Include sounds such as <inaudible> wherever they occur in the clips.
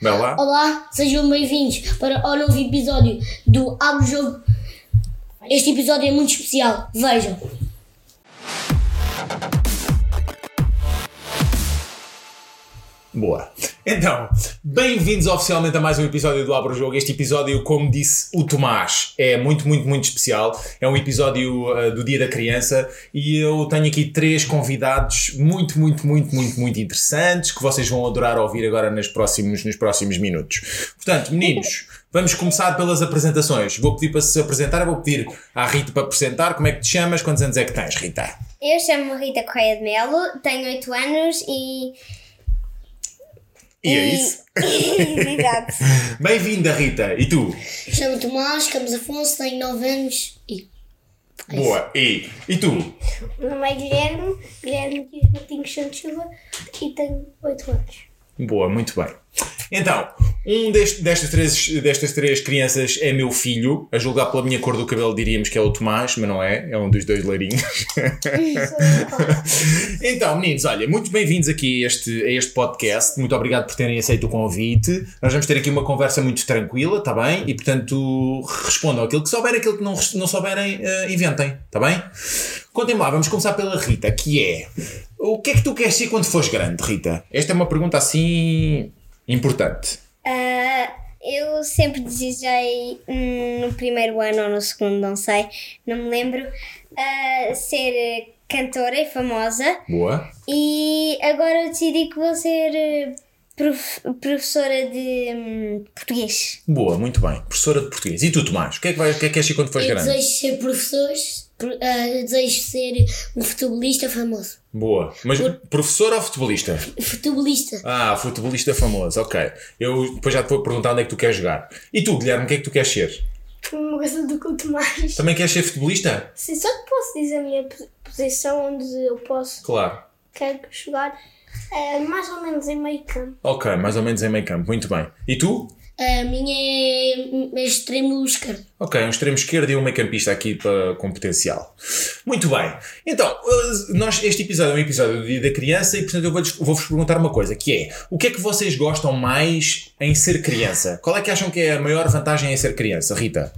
Vai lá. Olá, sejam bem-vindos para o novo episódio do Abro o Jogo. Este episódio é muito especial, vejam. Boa. Então, bem-vindos oficialmente a mais um episódio do Abra o Jogo. Este episódio, como disse o Tomás, é muito, muito, muito especial. É um episódio ah, do Dia da Criança e eu tenho aqui três convidados muito, muito, muito, muito, muito interessantes que vocês vão adorar ouvir agora nos próximos, nos próximos minutos. Portanto, meninos, vamos começar pelas apresentações. Vou pedir para se apresentar, vou pedir à Rita para apresentar. Como é que te chamas? Quantos anos é que tens, Rita? Eu chamo-me Rita Correia de Melo, tenho 8 anos e. E é isso. Exato. Bem-vinda, Rita. E tu? Chamo Tomás, Campos Afonso, tenho 9 anos e. Boa. E, e tu? Meu nome é Guilherme, Guilherme Guilherme Martins Santos Silva e tenho 8 anos. Boa, muito bem. Então, um dest- destas, três, destas três crianças é meu filho. A julgar pela minha cor do cabelo, diríamos que é o Tomás, mas não é. É um dos dois leirinhos. <laughs> então, meninos, olha, muito bem-vindos aqui a este, a este podcast. Muito obrigado por terem aceito o convite. Nós vamos ter aqui uma conversa muito tranquila, está bem? E, portanto, respondam aquilo que souberem, aquilo que não, res- não souberem, eh, inventem, está bem? Contem-me lá, vamos começar pela Rita, que é... O que é que tu queres ser quando fores grande, Rita? Esta é uma pergunta assim... importante. Ah, eu sempre desejei, hum, no primeiro ano ou no segundo, não sei, não me lembro, ah, ser cantora e famosa. Boa. E agora eu decidi que vou ser ah, prof- professora de hum, português. Boa, muito bem. Professora de português. E tu, Tomás? O que é que, vais, o que, é que queres ser quando fores Eu grande? desejo ser professor, pro- ah, eu desejo ser um futebolista famoso. Boa. Mas professora ou futebolista? Futebolista. Ah, futebolista famoso, ok. Eu depois já te vou perguntar onde é que tu queres jogar. E tu, Guilherme, o que é que tu queres ser? Uma coisa do que o Tomás. Também queres ser futebolista? Sim, só que posso dizer a minha po- posição onde eu posso Claro. quero jogar é eh, mais ou menos em meio campo. Ok, mais ou menos em meio campo, muito bem. E tu? A minha é extremo esquerdo. Ok, um extremo esquerdo e um meio campista aqui para, com potencial. Muito bem. Então, uh, nós, este episódio é um episódio do Dia da Criança e, portanto, eu vou-lhes- vou-vos perguntar uma coisa, que é, o que é que vocês gostam mais em ser criança? Qual é que acham que é a maior vantagem em ser criança, Rita?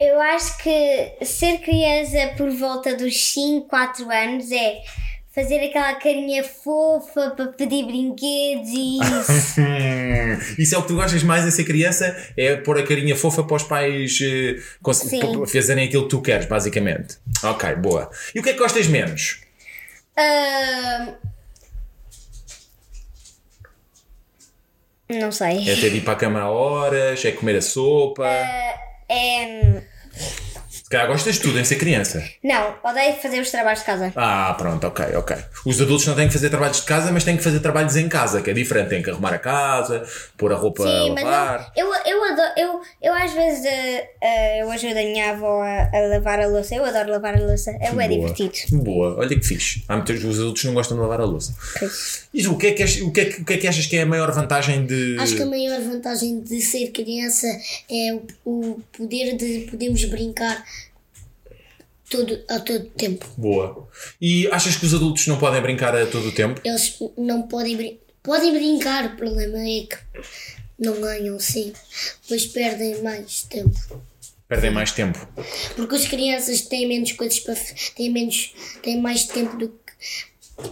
eu acho que ser criança por volta dos 5, 4 anos é fazer aquela carinha fofa para pedir brinquedos e <laughs> isso. Hum, isso é o que tu gostas mais em ser criança? É pôr a carinha fofa para os pais eh, cons- Sim. p- p- fazerem aquilo que tu queres, basicamente. Ok, boa. E o que é que gostas menos? Ahm, não sei. É ter de ir para a cama a horas? É comer a sopa? É, Se calhar gostas de tudo em ser criança. não, odeio fazer os trabalhos de casa. Ah, pronto, ok, ok. Os adultos não têm que fazer trabalhos de casa, mas têm que fazer trabalhos em casa, que é diferente. Têm que arrumar a casa, pôr a roupa a Sim, mas lavar. não, eu, eu adoro, eu, eu às vezes eh, eh, eu ajudo a minha avó a, a lavar a louça, eu adoro lavar a louça, é Boa. bué divertido. Boa, olha que fixe. Há muitos os adultos não gostam de lavar a louça. E tu, o que, é que, ach- o, que é que, o que é que achas que é a maior vantagem de. Acho que a maior vantagem de ser criança é o, o poder de podermos brincar todo, a todo tempo. Boa. E achas que os adultos não podem brincar a todo o tempo? Eles não podem brincar. Podem brincar, o problema é que não ganham sim, pois perdem mais tempo. Perdem mais tempo. Porque as crianças têm menos coisas para f- têm menos têm mais tempo do que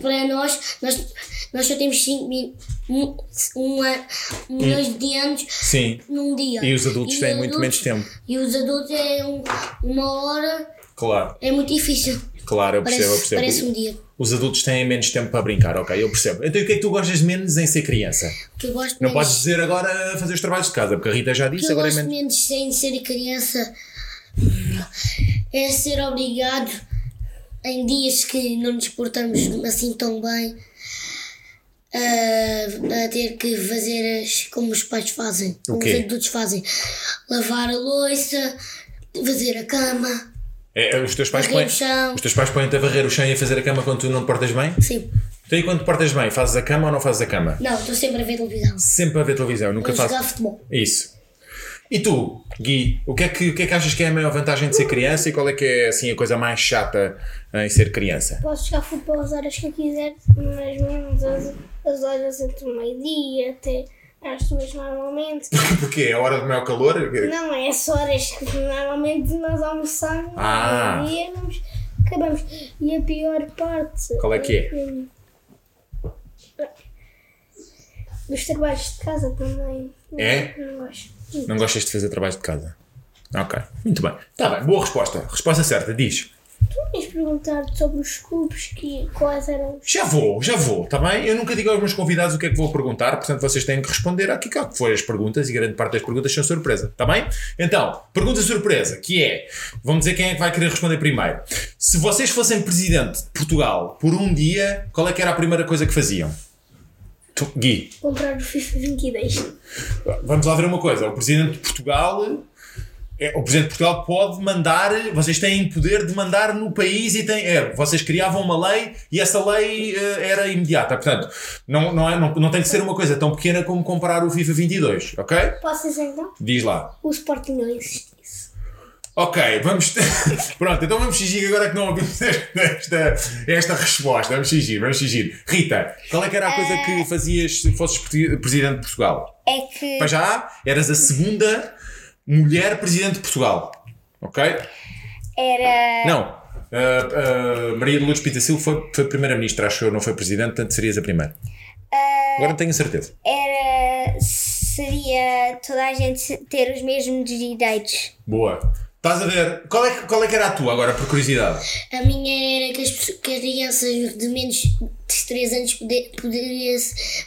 para nós, nós, nós só temos 5 mil, um, um an- milhões de anos Sim. num dia. Hum. E os adultos têm muito adultos- menos tempo. E os adultos é um- uma hora, Claro, é muito difícil. claro, eu percebo, eu Parece, percebo. parece um dia. Os adultos têm menos tempo para brincar, ok, eu percebo. Então e o que é que tu gostas menos em ser criança? O que eu gosto Não menos, podes dizer agora "Ah, fazer os trabalhos de casa, porque a Rita já o que disse, eu agora é gosto menos. menos sem ser criança é ser obrigado em dias que não nos portamos assim tão bem a, a ter que fazer as, como os pais fazem, como quê? os adultos fazem, lavar a louça, fazer a cama, É, é, os teus pais põem. varrer o chão, Os teus pais põem-te a varrer o chão e a fazer a cama quando tu não te portas bem? sim. Então e quando te portas bem, fazes a cama ou não fazes a cama? Não, estou sempre a ver televisão. Sempre a ver televisão, nunca A jogar faço. futebol. Isso. E tu, Gui, o que, é que, o que é que achas que é a maior vantagem de ser criança e qual é que é assim a coisa mais chata em ser criança? Posso jogar futebol às horas que eu quiser, mas mesmo às, as lojas entre o meio-dia até às duas normalmente. Porque é a hora do maior calor. Não, é as horas que normalmente nós almoçamos Ah. e aí vamos- acabamos. E a pior parte. Qual é que é? hum, Dos trabalhos de casa também. É? Não, não gosto. Não gostas de fazer trabalho de casa? Ok, muito bem. Está bem, boa resposta. Resposta certa, diz. Tu ias perguntar sobre os clubes, que, quais eram os. Já vou, já vou, está bem? Eu nunca digo aos meus convidados o que é que vou perguntar, portanto vocês têm que responder aqui cá, que foi as perguntas e grande parte das perguntas são surpresa, está bem? Então, pergunta surpresa, que é, vamos dizer quem é que vai querer responder primeiro. Se vocês fossem presidente de Portugal por um dia, qual é que era a primeira coisa que faziam? Tu- Gui, Comprar o FIFA 22. Vamos lá ver uma coisa. O Presidente de Portugal. é, O Presidente de Portugal pode mandar. Vocês têm poder de mandar no país e têm. É, vocês criavam uma lei e essa lei eh, era imediata. Portanto, não, não, é, não, não tem que ser uma coisa tão pequena como comprar o FIFA 22, ok? Posso dizer então? Diz lá. O Sporting não existisse. Ok, vamos. <laughs> Pronto, então vamos fingir agora que não ouvimos esta, esta resposta. Vamos fingir, vamos fingir. Rita, qual é que era a coisa que fazias se fosses pre- Presidente de Portugal? É que. Para já, eras a segunda mulher presidente de Portugal. Ok? Era. Não. Uh, uh, Maria de Lourdes Pita Silva foi, foi primeira-ministra, acho eu, não foi presidente, portanto serias a primeira. Ah, Agora não tenho certeza. Era. Seria toda a gente ter os mesmos direitos. Boa. Estás a ver? Qual é, que- qual é que era a tua agora, por curiosidade? <laughs> A minha era que as, pesso- que as crianças de menos de 3 anos pode- poderia-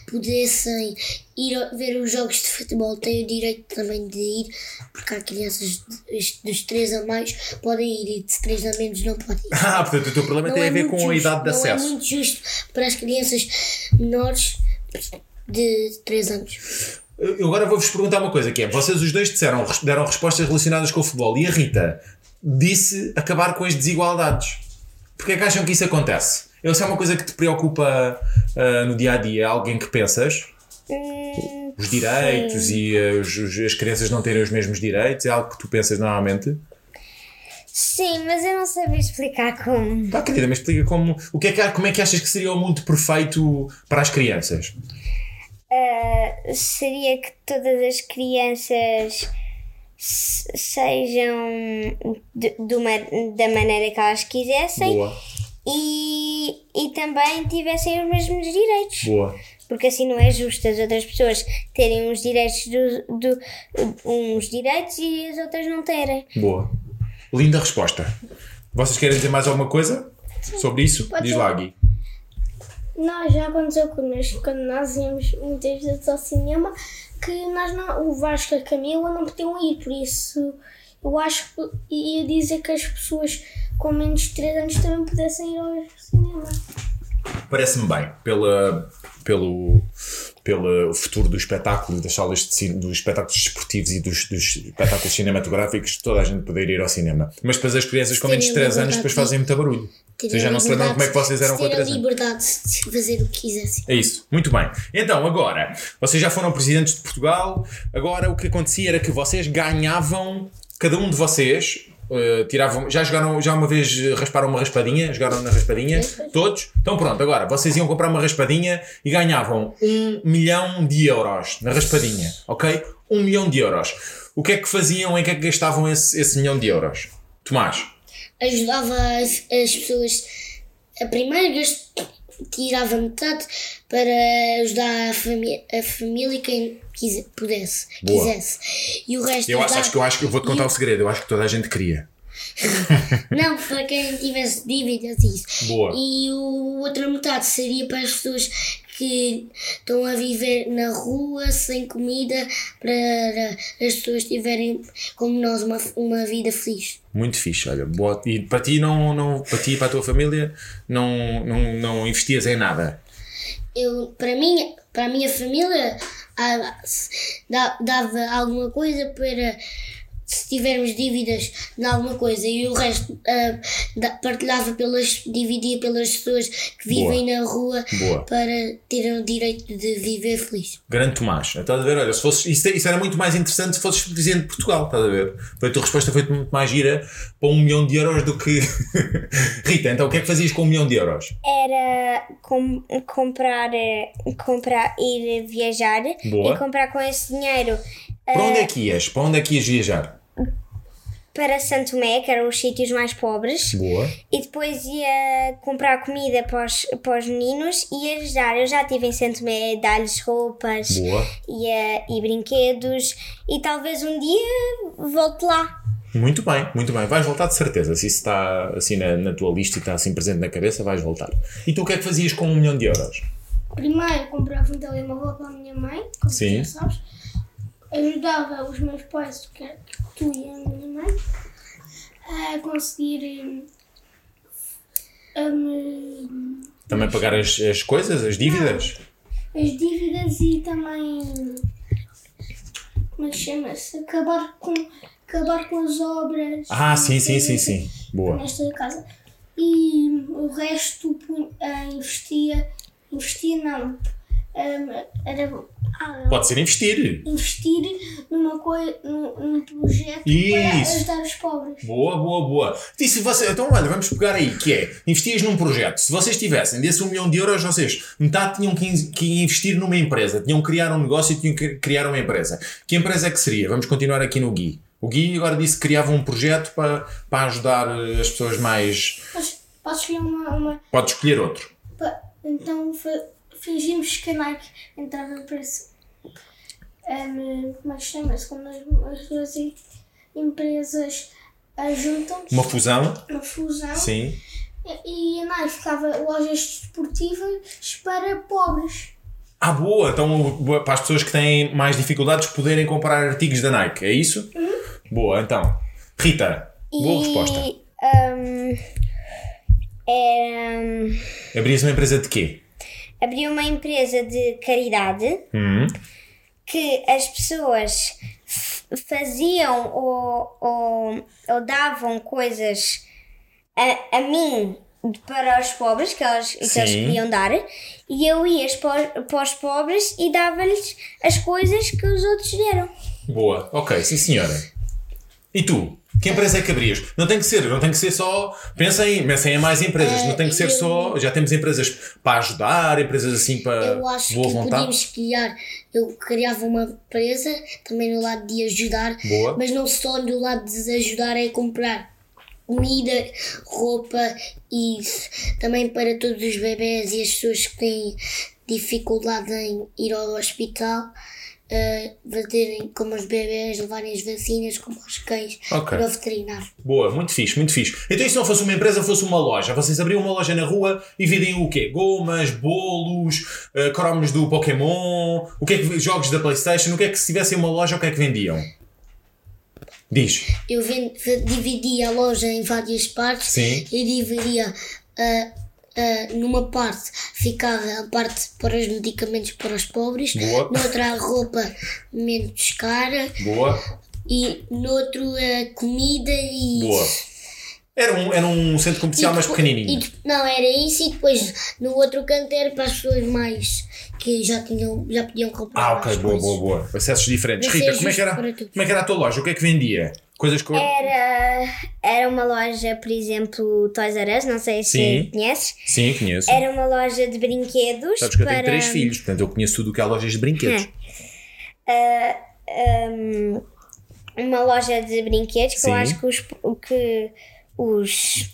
pudessem ir ao- ver os jogos de futebol. Têm o direito também de ir, porque há crianças de- dos 3 a mais podem ir e de 3 a menos não <laughs> podem ir. Ah, portanto, o teu problema Não tem é a ver muito com a justo, idade de não acesso. É muito justo para as crianças menores de 3 anos. Eu agora vou-vos perguntar uma coisa: que é, vocês os dois disseram, deram respostas relacionadas com o futebol e a Rita disse acabar com as desigualdades. Porquê é que acham que isso acontece? Isso é uma coisa que te preocupa ah, no dia a dia? Alguém que pensas? os direitos e ah, os- os- as crianças não terem os mesmos direitos? É algo que tu pensas normalmente? Sim, mas eu não sabia explicar como. Pá, querida, mas explica como, o que é que, como é que achas que seria o mundo perfeito para as crianças? Ah, seria que todas as crianças se- sejam de- de uma- da maneira que elas quisessem Boa, e, e também tivessem os mesmos direitos. boa. Porque assim não é justo as outras pessoas terem uns direitos, do, do- uns direitos e as outras não terem. Boa. Linda resposta. Vocês querem dizer mais alguma coisa sobre isso? Pode Diz ser. lá, Gui. Nós já aconteceu connosco quando nós íamos muitas vezes ao cinema que nós não, o Vasco e a Camila não podiam ir, por isso eu acho que ia dizer que as pessoas com menos de 3 anos também pudessem ir ao cinema. Parece-me bem, pela, pelo, pelo futuro do espetáculo, das salas de cine, dos espetáculos desportivos e dos, dos espetáculos cinematográficos, toda a gente poder ir ao cinema. Mas depois as crianças com menos de 3 anos depois fazem muito barulho. Vocês já não se lembram como é que vocês eram com ter 3 a anos. liberdade de fazer o que quisessem. É isso, muito bem. Então, agora, vocês já foram presidentes de Portugal, agora o que acontecia era que vocês ganhavam, cada um de vocês. eh, tiravam, já jogaram, já uma vez eh, rasparam uma raspadinha, jogaram na raspadinha, todos. Então pronto, agora vocês iam comprar uma raspadinha e ganhavam um milhão de euros na raspadinha, ok? Um milhão de euros. O que é que faziam, em que é que gastavam esse, esse milhão de euros? Tomás, Ajudava as, as pessoas. A primeira gas- tirava metade para ajudar a, fami- a família quem quise- pudesse, Boa. quisesse. E o resto é eu acho, dava- acho que eu acho que eu vou te contar o segredo, eu acho que toda a gente queria. <laughs> Não, para quem tivesse dívidas e isso. Boa. E o outra metade seria para as pessoas que estão a viver na rua, sem comida, para as pessoas tiverem, como nós, uma, uma vida feliz. Muito fixe, olha. Boa. E para ti não, não para ti e para a tua família não, não, não investias em nada. Eu, para mim, para a minha família, ah, se- da- dava alguma coisa para se tivermos dívidas de alguma coisa e o resto ah, da- partilhava pelas, dividia pelas pessoas que vivem na rua Boa. para terem o direito de viver feliz. Grande Tomás. Estás a ver? Olha, se fosses, isso, isso era muito mais interessante se fosses presidente de Portugal, estás a ver? Foi a tua resposta foi muito mais gira para um milhão de euros do que. <laughs> Rita, então o que é que fazias com um milhão de euros? Era com- comprar, eh, comprar, ir viajar Boa. e comprar com esse dinheiro eh, Para onde é que ias? Para onde é que ias viajar? para Santo Tomé, que eram os sítios mais pobres, Boa. e depois ia comprar comida para os, para os meninos e ia ajudar. Eu já estive em Santo Tomé, dar-lhes roupas Boa. e, eh, e brinquedos, e talvez um dia volte lá. Muito bem, muito bem. Vais voltar de certeza. Se isso está assim na, na tua lista e está assim presente na cabeça, vais voltar. E tu o que é que fazias com um milhão de euros? Primeiro comprava um telemóvel para a minha mãe, como Sim. tu já sabes. Ajudava os meus pais, que é tu e a minha mãe, a conseguir hum, a me- Também pagar as, as coisas, as dívidas? as dívidas e também como é que chama-se? Acabar com, acabar com as obras. Ah, sim, sim, sim, sim. Boa. nesta casa. E o resto pu- ah, investia. Investia não. Ah, era ah, Pode ser investir. investir numa coi, num, num projeto para Isso. ajudar os pobres. Boa, boa, boa. E se você, então, olha, vamos pegar aí, que é, investias num projeto. Se vocês tivessem desse um milhão de euros, vocês metade tinham que, in- que investir numa empresa, tinham que criar um negócio e tinham que criar uma empresa. Que empresa é que seria? Vamos continuar aqui no Gui. O Gui agora disse que criava um projeto para, para ajudar eh, as pessoas mais... Mas posso escolher uma. uma Pode escolher outro. pa- então fa- fingimos que a Nike entrava para esse. ah, como é que chama-se? Quando as, as duas em- empresas ah, juntam-se, Uma fusão. uma fusão. Sim. E a Nike ficava lojas desportivas para pobres. Ah, boa. Então, boa, para as pessoas que têm mais dificuldades poderem comprar artigos da Nike, é isso? Uhum. Boa, então. Rita, boa e, resposta. hum, era, hum, Abrias uma empresa de quê? abri uma empresa de caridade. Hum. que as pessoas f- faziam ou, ou, ou davam coisas a, a mim para os pobres que elas, que elas Sim. queriam dar e eu ia expo- para os pobres e dava-lhes as coisas que os outros deram. Boa, ok, sim senhora. E tu? Que Ah. empresa é que abrias? Não tem que ser, não tem que ser só. Pensem, pensem em mais empresas, não tem que ser Ah, eu- só. Já temos empresas para ajudar, empresas assim para Eu acho boa que vontade. podíamos criar. Eu criava uma empresa também no lado de ajudar, Boa. mas não só do lado de ajudar é comprar comida, roupa e s- também para todos os bebés e as pessoas que têm dificuldade em ir ao hospital. eh, fazerem como os bebés, levarem as vacinas como os cães Ok. para o veterinário. Boa, muito fixe, muito fixe. Então, e se não fosse uma empresa, fosse uma loja? Vocês abriam uma loja na rua e vendem o quê? Gomas, bolos, eh, cromos do Pokémon, o que é que, jogos da Playstation, o que é que se tivessem uma loja, o que é que vendiam? Diz. Eu ven- ve- dividi a loja em várias partes Sim. e dividia ah, ah, numa parte ficava a parte para os medicamentos para os pobres, Boa. noutra a roupa menos cara Boa. e noutro a comida e Boa. Era um, era um centro e comercial mais depo- pequenininho. e de- não, era isso e depois no outro canto era para as pessoas mais que já, tinham, já podiam comprar. Ah, ok, mais boa, coisas. boa, boa. Acessos diferentes. Mas Rita, é como é, que justo era, para tudo. como é que era a tua loja? O que é que vendia? Coisas que. Era, era uma loja, por exemplo, Toys R Us, não sei se Sim. conheces. Sim, conheço. Era uma loja de brinquedos Sabes que eu para tenho três filhos, portanto eu conheço tudo o que há lojas de brinquedos. uma loja de brinquedos que Sim. eu acho que os, o que os,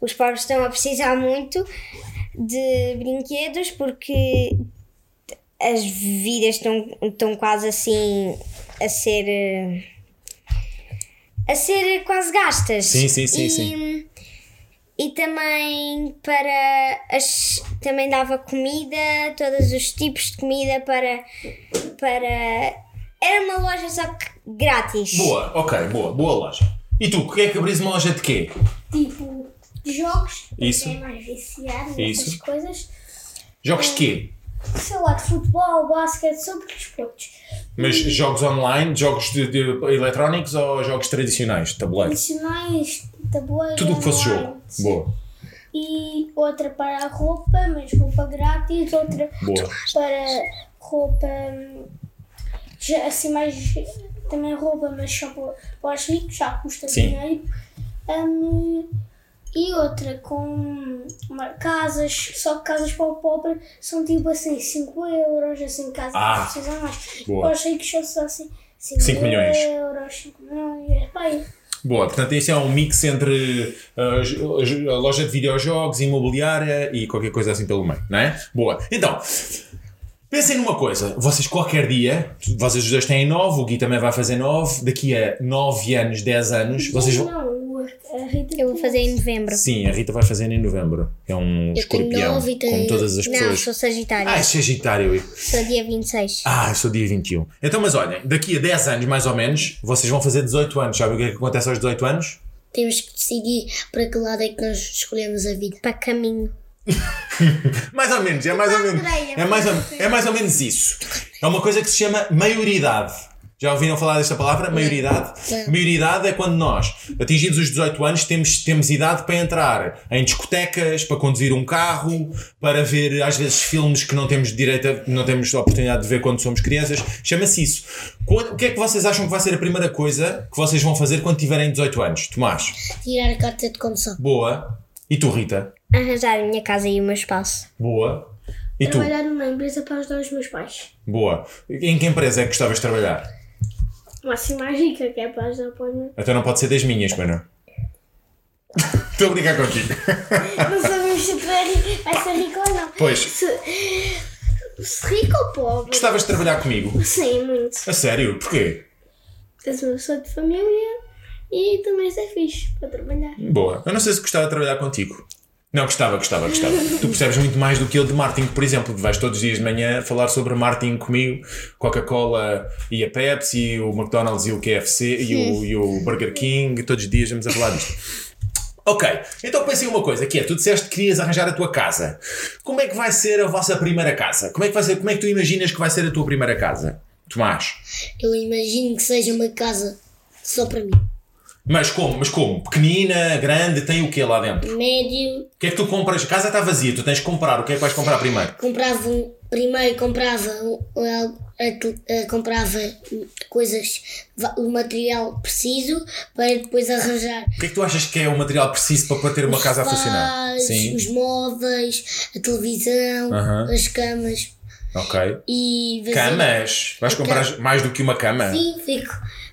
os pobres estão a precisar muito de brinquedos porque as vidas estão, estão quase assim a ser eh, a ser quase gastas. Sim, sim, sim, e, sim. E também para as também dava comida, todos os tipos de comida para para era uma loja só que grátis. Boa, ok, boa, boa loja. E tu, o que é que abris uma loja de quê? Tipo, jogos. para Isso. quem é mais viciado Isso. nessas coisas. Jogos de quê? Sei lá, de futebol, basquete, sobre desportos. Mas jogos online, jogos de, de eletrónicos ou jogos tradicionais, tabuleiro? Tradicionais, tabuleiro. Tudo o que fosse jogo. online. Boa, E outra para a roupa, mas roupa grátis. Outra boa. para roupa. hum, Já, assim, mais. Também roupa, mas só para, para os ricos, já custa Sim. dinheiro. Hum, e outra com uma- casas, só que casas para o pobre são tipo assim 5 euros, assim casas Ah, que precisam mais. boa. Para os ricos são só assim 5, Cinco milhões. euros, 5 milhões. Bem, Boa, portanto, este é um mix entre uh, jo- jo- a loja de videojogos, imobiliária e qualquer coisa assim pelo meio, não é? Boa. Então, pensem numa coisa: vocês qualquer dia, vocês os dois têm 9, o Gui também vai fazer 9, daqui a 9 anos, 10 anos, vocês vão. não, a Rita Eu vou fazer em novembro. Sim, a Rita vai fazer em novembro. É um Eu tenho escorpião, nove e tenho- como todas as Não, pessoas. sou Sagitário. Ah, é Sagitário. Sou dia 26. Ah, eu sou dia 21. Então, mas olhem, daqui a 10 anos, mais ou menos, vocês vão fazer 18 anos. Sabem o que é que acontece aos 18 anos? Temos que decidir para que lado é que nós escolhemos a vida. Para caminho. Mais ou menos, é mais ou menos. Andreia, É mais ou, é mais ou menos isso. É uma coisa que se chama maioridade. Já ouviram falar desta palavra? Maioridade? Não. Maioridade é quando nós, atingidos os 18 anos, temos, temos idade para entrar em discotecas, para conduzir um carro, para ver às vezes filmes que não temos direito, a, não temos a oportunidade de ver quando somos crianças. Chama-se isso. Quando- o que é que vocês acham que vai ser a primeira coisa que vocês vão fazer quando tiverem 18 anos? Tomás, Tirar a carta de condução. boa. E tu, Rita? Arranjar a minha casa e o meu espaço. Boa. E tu? trabalhar numa empresa para ajudar os meus pais. Boa. Em que empresa é que gostavas de trabalhar? Uma assim mais rica que é para ajudar para os meus Então não pode ser das minhas, pois <laughs> não? Estou a brincar contigo. Não sabemos se tu é ri- vai ser rico ou não. Pois, Se, se rico ou pobre? gostavas de trabalhar comigo? Sim, muito. A sério? Porquê? És uma pessoa de família e também é fixe para trabalhar. Boa. Eu não sei se gostava de trabalhar contigo. Não, gostava, gostava, gostava. tu percebes muito mais do que eu de marketing, por exemplo. Vais todos os dias de manhã falar sobre marketing comigo, Coca-Cola e a Pepsi, o McDonald's e o KFC e o, e o Burger King. Todos os dias vamos a falar disto. Ok, então pensei uma coisa, que é, tu disseste que querias arranjar a tua casa. Como é que vai ser a vossa primeira casa? Como é que vai ser, como é que tu imaginas que vai ser a tua primeira casa, Tomás? Eu imagino que seja uma casa só para mim. Mas como? Mas como? Pequenina, grande, tem o que lá dentro? Médio, O que é que tu compras? A casa está vazia, tu tens que comprar. O que é que vais comprar primeiro? comprava um, primeiro comprava um- algo- a- a- comprava coisas, va- o material preciso para depois arranjar O que é que tu achas que é o material preciso para- para ter uma casa a funcionar? sofás, Sim. os móveis, a televisão, Aham. as camas Ok. e vazio. Camas. Vais comprar mais do que uma cama? Sim, fico.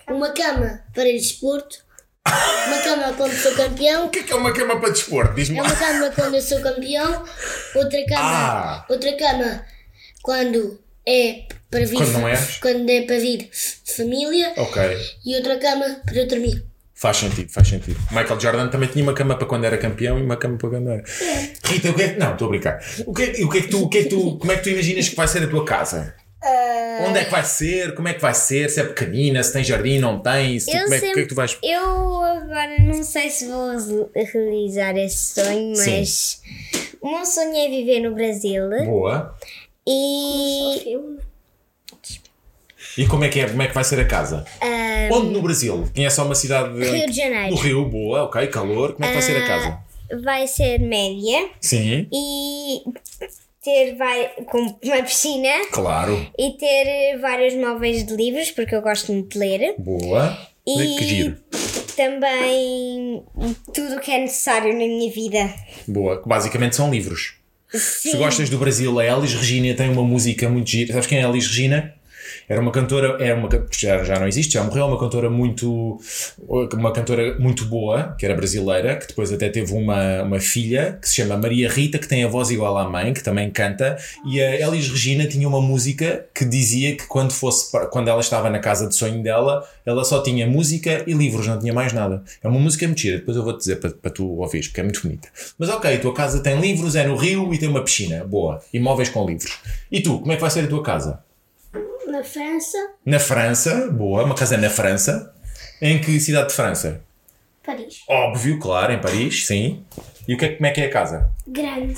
Uma cama para desporto, uma cama quando sou campeão, O que é que é uma cama para desporto? Diz-me É lá. uma cama quando eu sou campeão, outra cama, Ah. outra cama quando é para vir Quando não és? Oh. quando é para vir família Ok. e outra cama para eu dormir. Faz sentido, faz sentido. Michael Jordan também tinha uma cama para quando era campeão e uma cama para quando era. Rita, o que é que. Não, estou a brincar. O que, é, que- o que é que tu. O que é que tu como é que tu imaginas que vai ser a tua casa? Onde é que vai ser? Como é que vai ser? Se é pequenina, se tem jardim, não tem? Se tu- Eu como é, que- o que é sempre- que tu vais. Eu agora não sei se vou re- realizar esse sonho, Sim. mas o meu sonho é viver no Brasil Boa. e é E como é que é? Como é que vai ser a casa? Onde no Brasil? Quem é só uma cidade. Rio de Janeiro. Ah, No Rio, boa, ok, calor. Como é que vai ser a casa? vai ser média Sim, e ter vai com uma piscina claro. e ter vários móveis de livros porque eu gosto muito de ler Boa. e Que giro. também tudo o que é necessário na minha vida. Boa. Basicamente são livros. Se Sim. gostas do Brasil, a Elis Regina tem uma música muito gira. Sabes quem é a Elis Regina? Era uma cantora, era uma, can- já, já não existe, já morreu, uma cantora muito uma cantora muito boa, que era brasileira, que depois até teve uma, uma filha que se chama Maria Rita, que tem a voz igual à mãe, que também canta, e a Elis Regina tinha uma música que dizia que quando fosse para- quando ela estava na casa de sonho dela, ela só tinha música e livros, não tinha mais nada. É uma música muito gira, depois eu vou-te dizer para, para tu ouvires, porque é muito bonita. Mas ok, a tua casa tem livros, é no Rio e tem uma piscina, boa, e móveis com livros. E tu, como é que vai ser a tua casa? Na França, Na França, boa, uma casa na França. Em que cidade de França? Paris. Óbvio, claro, em Paris, sim. E o que é, como é que é a casa? Grande.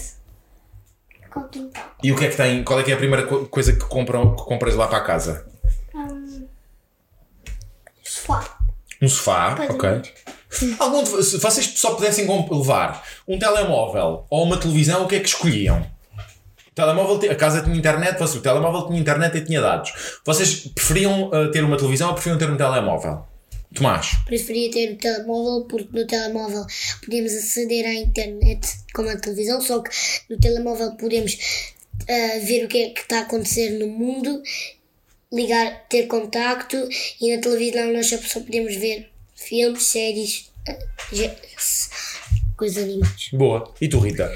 Com quintal. E o que é que tem? Qual é que é a primeira co- coisa que, compram, que compras lá para a casa? Há um sofá. Um sofá, Para ok. <laughs> Algum de- se vocês só pudessem comp- levar um telemóvel ou uma televisão, o que é que escolhiam? O telemóvel, ti- a casa tinha internet, vocês- o telemóvel tinha internet e tinha dados. Vocês preferiam ah, ter uma televisão ou preferiam ter um telemóvel? Tomás, Preferia ter o telemóvel porque no telemóvel podemos aceder à internet como à televisão, só que no telemóvel podemos ah, ver o que é que está a acontecer no mundo, ligar, ter contacto e na televisão nós só, só podemos ver filmes, séries, ah, ge- s- coisas animadas. boa. E tu, Rita?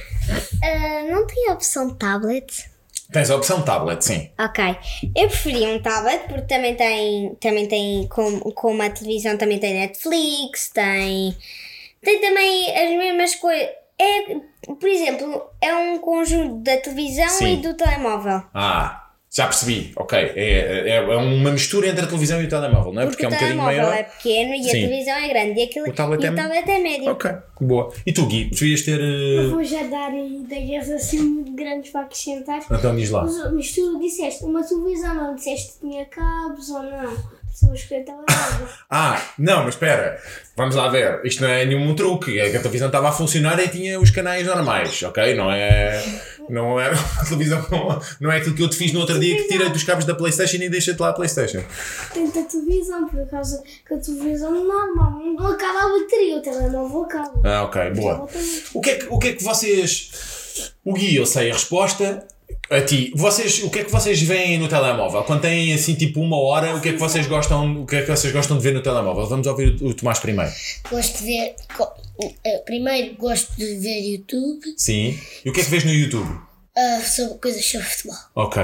Ah, não tem a opção tablet? Tens a opção tablet, sim. Ok. Eu preferia um tablet porque também tem, também tem como, como a televisão, também tem Netflix, tem, tem também as mesmas coisas. É, por exemplo, é um conjunto da televisão Sim. e do telemóvel. Ah, já percebi. Ok. É, é, é uma mistura entre a televisão e o telemóvel, não é? Porque, Porque é um o bocadinho telemóvel maior. é pequeno e a Sim. televisão é grande. E, aquilo, O tablet e é- o tablet é médio. Ok, boa. E tu, Gui, preferias ter. Eu ah, vou já dar ideias assim muito grandes para acrescentar. Então diz lá. Mas, mas tu disseste uma televisão, não disseste que tinha cabos ou não. São os que eu estava a ver. Ah, não, mas espera, vamos lá ver. Isto não é nenhum truque. É que a televisão estava a funcionar e tinha os canais normais, ok? Não é. Não é. A <laughs> televisão não, não é aquilo que eu te fiz no outro dia que tira dos cabos da PlayStation e deixa-te lá a PlayStation. Tenta a televisão, por causa que a televisão normal não acaba a bateria, o telemóvel acaba. Ah, ok, boa. O que é que, o que, é que vocês. O Gui, eu sei a resposta. A ti, vocês, o que é que vocês veem no telemóvel? Quando têm assim tipo uma hora, o que é que vocês gostam, o que é que vocês gostam de ver no telemóvel? Vamos ouvir o, o Tomás primeiro. Gosto de ver. co- eh, Primeiro gosto de ver YouTube Sim. E o que é que vês no YouTube? ah, sobre coisas sobre futebol. Ok.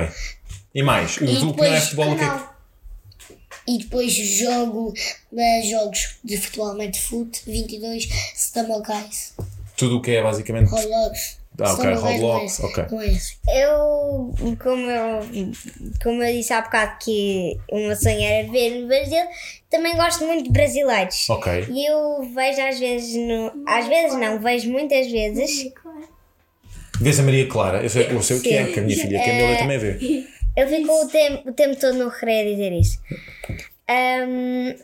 E mais? O, E o que não é depois futebol, o que é que... canal. E depois jogo eh, jogos de futebol, Madfoot 22, Stumble Guys, Tudo o que é basicamente... Roblox. Ah, ok, Stumble Guys não é Roblox, esse, ok. Não é esse. Eu, como eu, como eu disse há bocado que o meu sonho era ver no Brasil, também gosto muito de brasileiros. Ok. E eu vejo às vezes, no, às vezes não, vejo muitas vezes. Vês a Maria Clara? Eu sei, eu sei o que é, que a minha filha Camila também vê. Eu fico o tempo, o tempo todo no recreio a dizer isso. Ahm,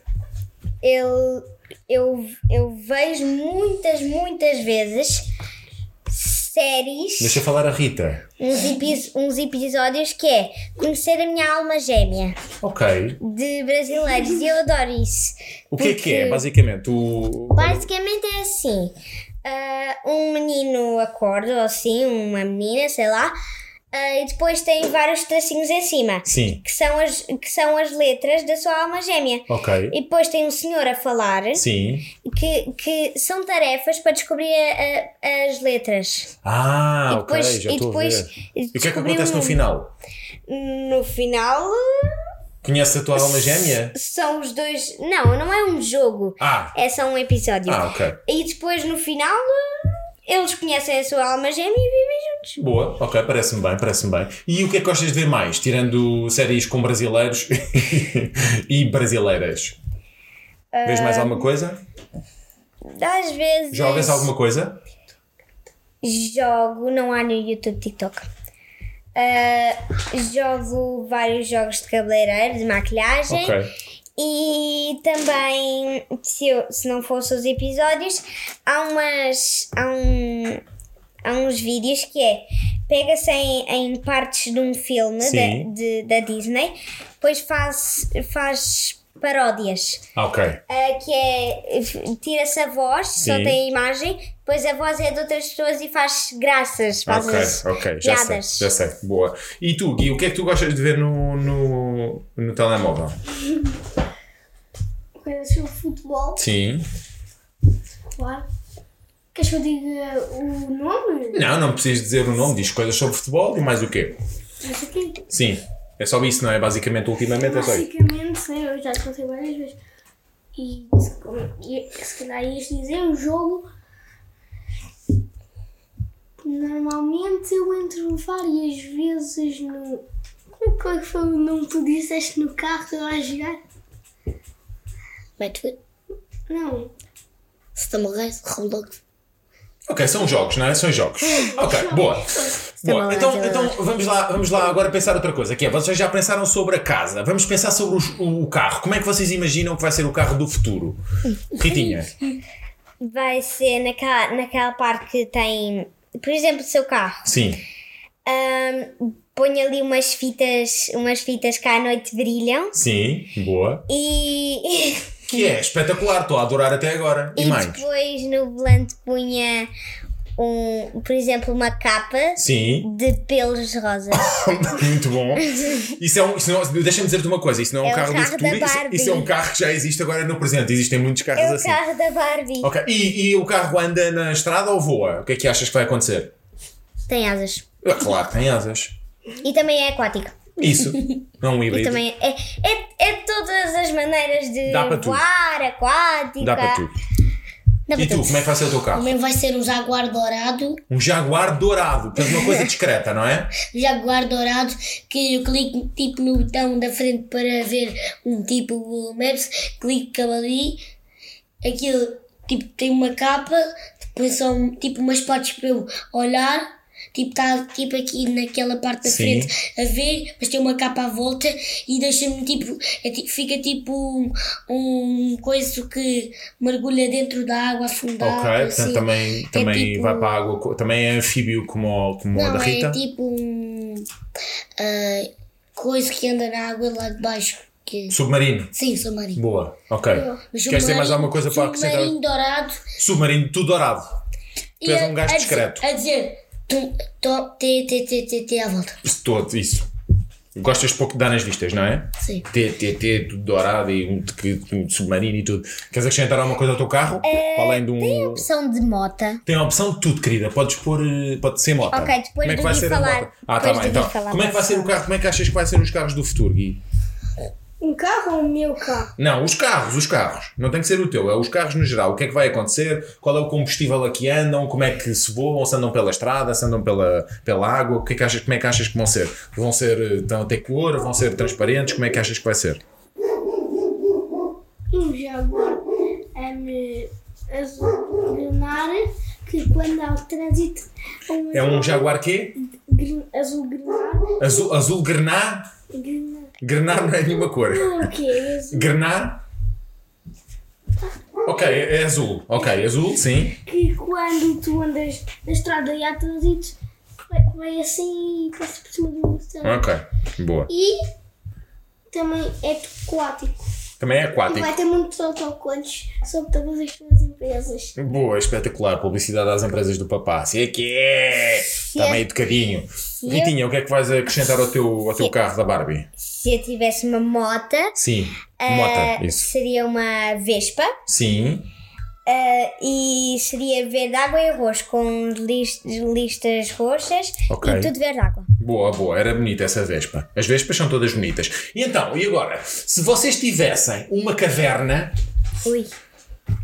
eu, eu, eu vejo muitas, muitas vezes séries. Deixa eu falar a Rita. uns, epi- uns episódios que é conhecer a minha alma gêmea Ok. de brasileiros e eu adoro isso. O que é que é, basicamente? O... Basicamente é assim: ah, um menino acorda, ou assim, uma menina, sei lá, ah, e depois tem vários tracinhos em cima Sim. que são, as, que são as letras da sua alma gêmea. Ok. E depois tem um senhor a falar Sim. que, que são tarefas para descobrir a- a- as letras. Ah, e depois, ok, já e estou a depois ver. E o que é que descobrir acontece no número. final? No final, Conheces a tua alma gêmea? São os dois. Não, não é um jogo. Ah. É só um episódio. Ah, ok. E depois no final eles conhecem a sua alma gêmea e vivem juntos. Boa, ok, parece-me bem, parece-me bem. E o que é que gostas de ver mais? Tirando séries com brasileiros <laughs> e brasileiras? Vês mais alguma coisa? Às vezes. Jogas alguma coisa? Jogo, não há no YouTube TikTok. Ah, jogo vários jogos de cabeleireiro, de maquilhagem. Ok. E também, se, eu- se não fosse os episódios, há umas. Há, um- há uns vídeos que é. Pega-se em, em partes de um filme Sim. da, de- da Disney, depois faz, faz paródias. Ah, ok. ah, que é. Tira-se a voz, só Sim. tem a imagem, depois a voz é de outras pessoas e faz graças, faz Ok, as ok, já sei, piadas. já sei, boa. E tu, Gui, o que é que tu gostas de ver no, no, no telemóvel? Coisas sobre futebol, Sim. claro. Queres que eu diga o nome? Não, não precisas dizer o nome, diz coisas sobre futebol e mais o quê? Mas aqui, Sim, é só isso, não é? Basicamente, ultimamente é só isso. basicamente, sim, eu já te contei várias vezes. E se- como- e se calhar ias dizer, o jogo. Normalmente eu entro várias vezes no. Como é que- qual é que foi o nome que tu disseste no carro que eu a jogar? Madfoot, Não, Stumble Guys, Roblox. Ok, são jogos, não é? São jogos. Ok, boa. boa. lá, Então, já então vamos, lá, vamos lá agora pensar outra coisa, que é, vocês já pensaram sobre a casa, vamos pensar sobre os- o, o carro. Como é que vocês imaginam que vai ser o carro do futuro? Ritinha, Vai ser naquela, naquela parte que tem, por exemplo, o seu carro. sim. Ahm, põe ali umas fitas, umas fitas que à noite brilham Sim, boa. e, <laughs> Que é espetacular, estou a adorar até agora. E, e mais? depois no volante punha um, por exemplo, uma capa Sim, <laughs> de pelos rosas. muito bom. Isso é um, isso não- deixa-me dizer-te uma coisa: isso não é um É o carro, do carro da futuro, isso, Barbie. isso é um carro que já existe agora no presente. Existem muitos carros É o assim. carro da Barbie. Ok, e, e o carro anda na estrada ou voa? O que é que achas que vai acontecer? Tem asas. Ah, Claro, que tem asas. E também é aquático. Isso, não é um E híbrido. também é, é, é de todas as maneiras de Dá para tudo. voar, aquático. Dá para tudo. Dá para E tu, tudo. como é que vai ser o teu carro? é um Também vai ser um jaguar dourado. Um jaguar dourado, portanto, uma coisa discreta, não é? Um jaguar dourado que eu clico tipo no botão da frente para ver um tipo Google Maps. Clico ali. Aquilo tipo tem uma capa. Depois são tipo umas partes para eu olhar. Tipo, está tipo aqui naquela parte da Sim. frente a ver, mas tem uma capa à volta e deixa-me tipo, é ti- fica tipo um, um coiso que mergulha dentro da água afundada. ok, portanto, assim. também, É também tipo- vai para a água, co- também é anfíbio como, o- como a Não, da Rita. é tipo um. ah, coisa que anda na água lá de baixo. Que... é, Submarino. Sim, submarino. Boa, ok. Mas Queres ter mais submarino- alguma coisa para acrescentar? Submarino dourado. Submarino, tudo dourado. Tu és a- um gajo a dizer- discreto. A dizer. tum, tom, T, T, T, T, T à volta. Todo, isso. Gostas pouco de dar nas vistas, não é? Sim. T, T, T, tudo dourado e um, t- um submarino e tudo. Queres acrescentar alguma coisa ao teu carro? É, Para além de um. Opção de mota. Tem a opção de tudo, querida. Podes pôr. eh, Pode ser moto. Ok, depois Como é do que vai Gui ser a falar. moto? Ah, tá bem. Depois do Gui Então, falar, como é que vai ser o carro? Como é que achas que vai ser os carros do futuro, Gui? Um carro ou o meu carro? Não, os carros, os carros. Não tem que ser o teu, é os carros no geral. O que é que vai acontecer? Qual é o combustível a que andam? Como é que se voam? Se andam pela estrada? Se andam pela, pela água? O que é que achas, como é que achas que vão ser? Vão ser, vão ter cor? Vão ser transparentes? Como é que achas que vai ser? Um jaguar hum, azul grenário que quando há o trânsito um É um jaguar quê? gre- azul grenário Azul, azul grená? grenário Grená não é nenhuma cor. o que é azul Grená? Ok, é é azul. Ok, azul, sim. que quando tu andas na estrada e há trânsito vai, vai assim e passa por cima do céu Ok, boa. e também é aquático Também é e aquático. vai ter muitos autocolantes sobre todas as suas empresas Boa, espetacular. Publicidade às empresas do papá. Se é que é. Está meio educadinho. Ritinha, o que é que vais acrescentar ao teu, ao teu carro da Barbie? Se eu tivesse uma mota, Sim. ah, Mota, Tá, isso. seria uma Vespa Sim. ah, e seria verde água e roxo, com lis- listas roxas Ok. e tudo verde água. Boa, boa. Era bonita essa Vespa. As Vespas são todas bonitas. E então, e agora? Se vocês tivessem uma caverna, Ui,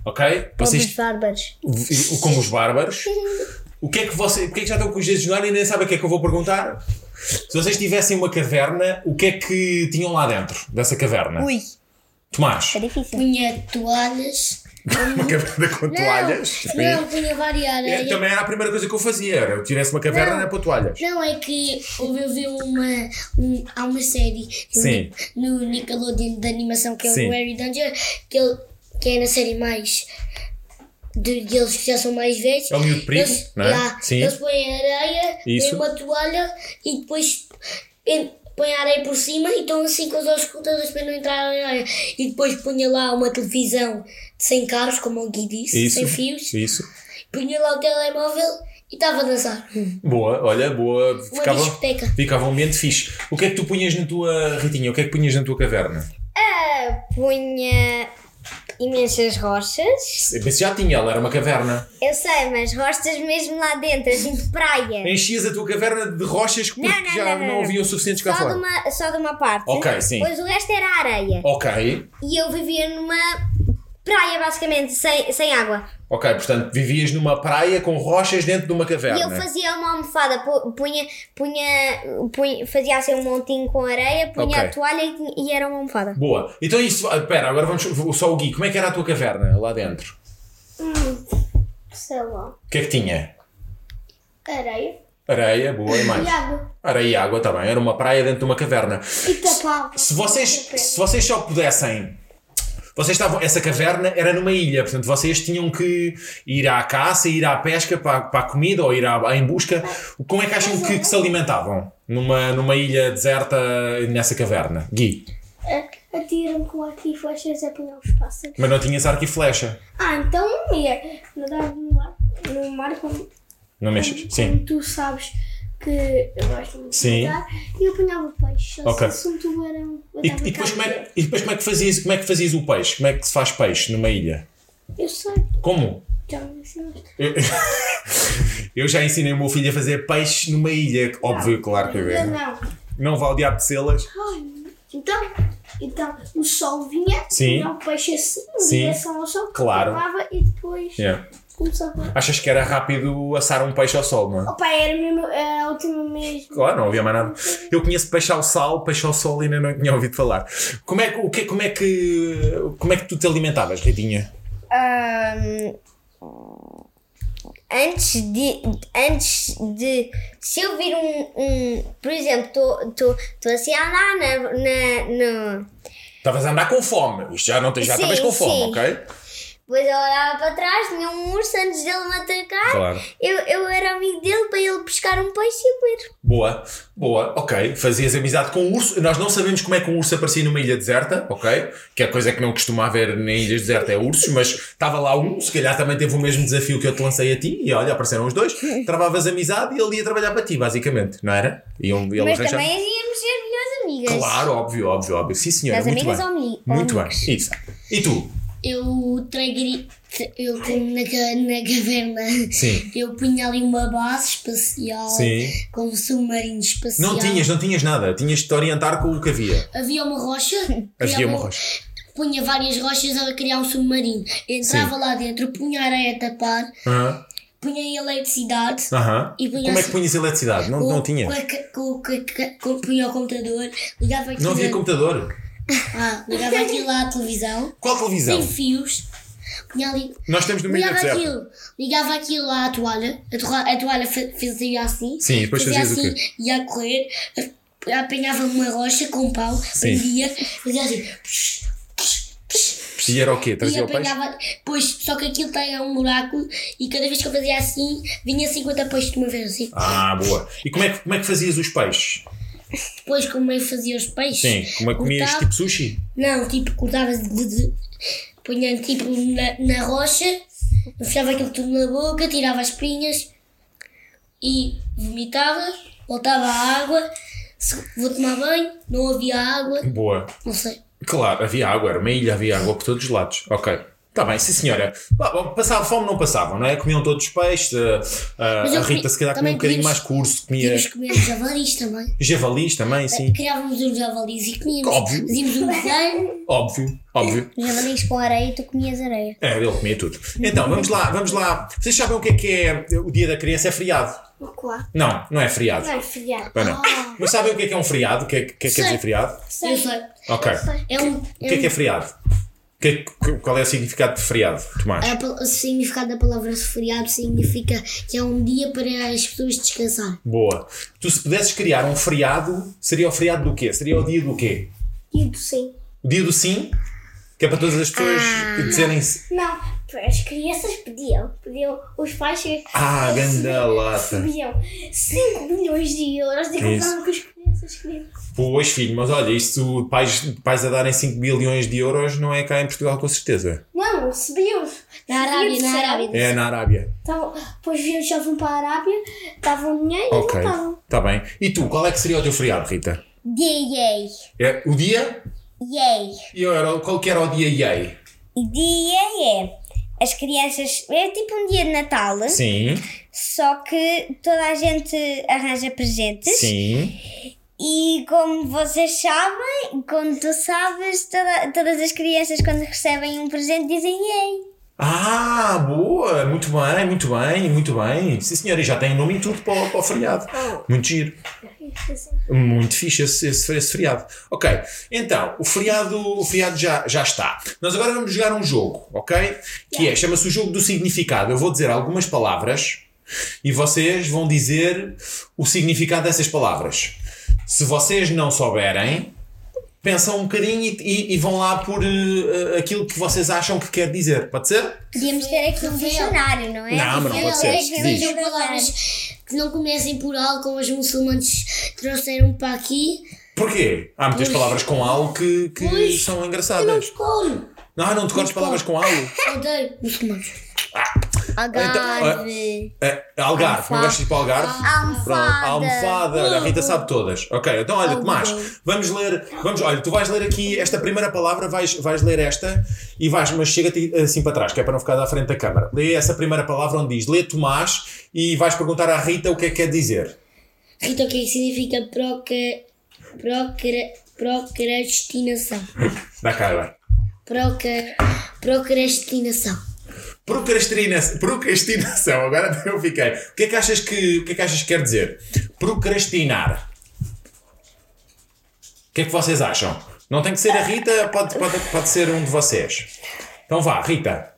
ok? pobres Vocês, bárbaros. v- como os bárbaros, o que é que vocês. Porque é que já estão com os dedos no ar e nem sabem o que é que eu vou perguntar? Se vocês tivessem uma caverna, o que é que tinham lá dentro dessa caverna? Ui, Tomás. é difícil. Hum. Punha toalhas. <laughs> Uma caverna com toalhas. tipo Não, punha várias É, areias. também era a primeira coisa que eu fazia, era eu tivesse uma caverna Não. era para toalhas. Não, é que eu vi uma. Um, há uma série no, Sim. no Nickelodeon de animação que é Sim. o Harry Danger, que, ele, que é na série mais. De, deles que já são mais velhos. É o miúdo perigo, Eles- não é? já, Sim. Eles põem areia, Isso. põem uma toalha e depois en- põem a areia por cima e estão assim com os olhos escutados para não entrar a areia. E depois punha lá uma televisão sem carros, como o Gui disse, sem fios. Isso. Punha lá o telemóvel e estava a dançar. Boa, olha, boa. Ficava, discoteca. ficava um ambiente fixe. O que é que tu punhas na tua, Ritinha? O que é que punhas na tua caverna? Eh, Punha imensas rochas. Mas já tinha, ela era uma caverna. Eu sei, mas rochas mesmo lá dentro, assim de praia. Enchias a tua caverna de rochas porque Não, não, já não, não, não, não. havia o suficiente cá Só de, fora. uma, só de uma parte. Ok, sim. Pois o resto era areia. Ok, E eu vivia numa praia, basicamente, sem, sem água. ok, portanto vivias numa praia com rochas dentro de uma E eu caverna. fazia uma almofada, pu- punha, punha, punha- fazia assim um montinho com areia, punha Ok. a toalha e, tinha- e era uma almofada. Boa, então isso, espera, agora vamos, só o Gui, como é que era a tua caverna lá dentro? Hum, sei lá, O que é que tinha? areia Areia, boa, e mais. e água. Areia e água também. Era uma praia dentro de uma caverna. E tapava. Se vocês, se vocês só pudessem. Vocês estavam. Essa caverna era numa ilha, portanto vocês tinham que ir à caça, ir à pesca para, para a comida ou ir à, à em busca. Como é que acham que, que se alimentavam numa, numa ilha deserta nessa caverna? Gui. A- Atiram com arco e flechas a apanhar os pássaros. Mas não tinhas arco e flecha. Ah, então ia nadar no um mar, no mar como, Não Hum, mexes? Sim. como tu sabes que eu gosto muito Sim. de nadar. E eu apanhava peixe, ou Ok. se fosse um tubarão. E, botava e depois como é, cá. que- e depois como é que fazias, como é que fazias o peixe? Como é que se faz peixe numa ilha? Eu sei, Como? já me ensinaste. Eu, eu já ensinei o meu filho a fazer peixe numa ilha, óbvio, claro que Não, é. não. Não vale de apetecê-las. Ai, então, então, o sol vinha, Sim. vinha o peixe assim, Sim. em direção ao sol, Claro. tapava e depois Yeah. começava. Achas que era rápido assar um peixe ao sol, não é? Opa, era mesmo era a última mesmo. Claro, não havia mais nada. Eu conheço peixe ao sal, peixe ao sol e ainda não tinha ouvido falar. Como é, que- o que, como, é que, como é que tu te alimentavas, Ritinha? Ahm, antes de. Antes de. Se eu vir um. um- por exemplo, estou assim a andar na. na no- Estavas a andar com fome. Isto já não tens, já Sim, estavas com sim. fome, ok? depois eu olhava para trás, tinha um urso antes dele me atacar. Claro. Eu, eu era amigo dele para ele pescar um peixe e comer. Boa, boa, ok. Fazias amizade com o urso. Nós não sabemos como é que um urso aparecia numa ilha deserta, ok? Que é coisa que não costuma haver em ilhas desertas é ursos, mas estava lá um, se calhar também teve o mesmo desafio que eu te lancei a ti, e olha, apareceram os dois, travavas amizade e ele ia trabalhar para ti, basicamente, não era? Iam, ele Mas arranjava- também íamos ser melhores amigas. Claro, óbvio, óbvio, óbvio. Sim, senhora, Das muito amigas bem. ou ami- ou Muito bem, amigos. isso. E tu? Eu traguei. Eu como na, ca- na caverna. Sim. Eu punha ali uma base espacial. Sim. Com um submarino espacial. Não tinhas, não tinhas nada, tinhas de te orientar com o que havia. Havia uma rocha. Havia criava- um- uma rocha. Punha várias rochas a criar um submarino. Entrava lá dentro, punha a areia a tapar, Aham. punha eletricidade. Aham. E punha Como é que assim- punhas eletricidade? Não, com- não tinhas? Com, a ca- com, com, com, com- punha o computador, ligava aquilo, Não havia a- computador. ah, ligava aquilo lá à televisão, Qual televisão? sem fios, punha ali. Nós estamos no meio do Ligava deserto. aquilo, ligava aquilo lá à toalha, a toalha, a toalha fa- fazia assim, Sim, e depois fazias o assim, ia a correr, a- apanhava uma rocha com um pau, Sim. prendia, fazia assim, psh, psh, psh, E era o quê? e Trazia o peixe? apanhava, pois, só que aquilo tem um buraco e cada vez que eu fazia assim, vinha 50 peixes de uma vez assim. Ah, boa. E como é, que, como é que fazias os peixes? Depois, como eu fazia os peixes, Sim, como é que comias cortava- tipo sushi? Não, tipo, cortava de, de, punha tipo na, na rocha, enfiava aquilo tudo na boca, tirava as espinhas e vomitava, voltava à água, se- vou tomar banho, não havia água, Boa. não sei. Claro, havia água, era uma ilha, havia água por todos os lados. Ok. Está bem, sim senhora. Bah, bom, Passava fome, não passavam, não é? Comiam todos os peixes. ah, ah, Mas a eu comi- Rita, se calhar, comia um também bocadinho comíamos- mais curso, comia Tínhamos que comer javalis também. javalis É. também, sim. Criávamos os javalis e comíamos. Óbvio. Fazíamos um desenho, Óbvio, óbvio. Os javalis com areia e tu comias areia. É, ele comia tudo. Então, vamos lá, vamos lá. Vocês sabem o que é que é o dia da criança? É feriado? Claro. Não, não é feriado. Não é friar. Bem, não. Mas sabem o que é que é um feriado? O que é que que é que quer dizer Sei. feriado? eu sei. Ok. É um. O que é que é feriado? O que é que- qual é o significado de feriado, Tomás? é A pal- o significado da palavra feriado significa que é um dia para as pessoas descansarem. Boa. Tu se pudesses criar um feriado, seria o feriado do quê? Seria o dia do quê? E do sim. O dia do sim? Que é para todas as pessoas Ah. dizerem se Não, as crianças pediam, pediam, os pais Ah, ganda lata. pediam 5 milhões de euros e compravam o que as crianças queriam. Pois filho, mas olha, isto pais, pais a darem 5 bilhões de euros não é cá em Portugal com certeza. Não, subiam-os. Na Arábia, na Arábia. É na Arábia. Então, depois viam já vão para a Arábia, davam dinheiro Então. e Ok. voltavam. Está bem. E tu, qual é que seria o teu feriado, Rita? Dia É o dia? Yay! E eu era, qual que era o dia yay? Dia é. As crianças. É tipo um dia de Natal, Sim, só que toda a gente arranja presentes. sim. E como vocês sabem, como tu sabes, toda- todas as crianças quando recebem um presente dizem yay. Ah, boa! Muito bem, muito bem, muito bem. Sim, senhora, e já tem o nome e tudo para, o- para o feriado. Muito giro. assim. Muito fixe esse, esse, esse feriado. Ok, então, o feriado, o feriado já, já está. Nós agora vamos jogar um jogo, ok? Que é, chama-se o jogo do significado. Eu vou dizer algumas palavras e vocês vão dizer o significado dessas palavras. Se vocês não souberem, pensam um bocadinho e, e- e vão lá por eh, aquilo que vocês acham que quer dizer. Pode ser? Podíamos ter aqui um Rafael. dicionário, não é? Não, mas não pode ser. Diz. Sejam palavras que não comecem por algo como os muçulmanos trouxeram para aqui. Porquê? Há muitas palavras com algo que, que Pois, são Não engraçadas. escolho. Não, não decoras palavras com algo. Odeio muçulmanos. Então, Algarve. É, Algarve, não gostas de ir para Algarve? Almofada. Pronto, almofada. Olha, a Rita sabe todas. Ok, então olha, Tomás, vamos ler. Vamos, olha, tu vais ler aqui esta primeira palavra, vais, vais ler esta e vais, mas chega-te assim para trás, que é para não ficar à frente da câmara. Lê essa primeira palavra onde diz lê Tomás e vais perguntar à Rita o que é que quer dizer. Rita, o que é que significa proca, procra, procrastinação? Dá cá agora. Proca, procrastinação. Procrastina- Procrastinação, agora <laughs> até eu fiquei. O que é que achas que, o que, é que, achas que quer dizer? Procrastinar. O que é que vocês acham? Não tem que ser a Rita, pode, pode, pode ser um de vocês. Então vá, Rita.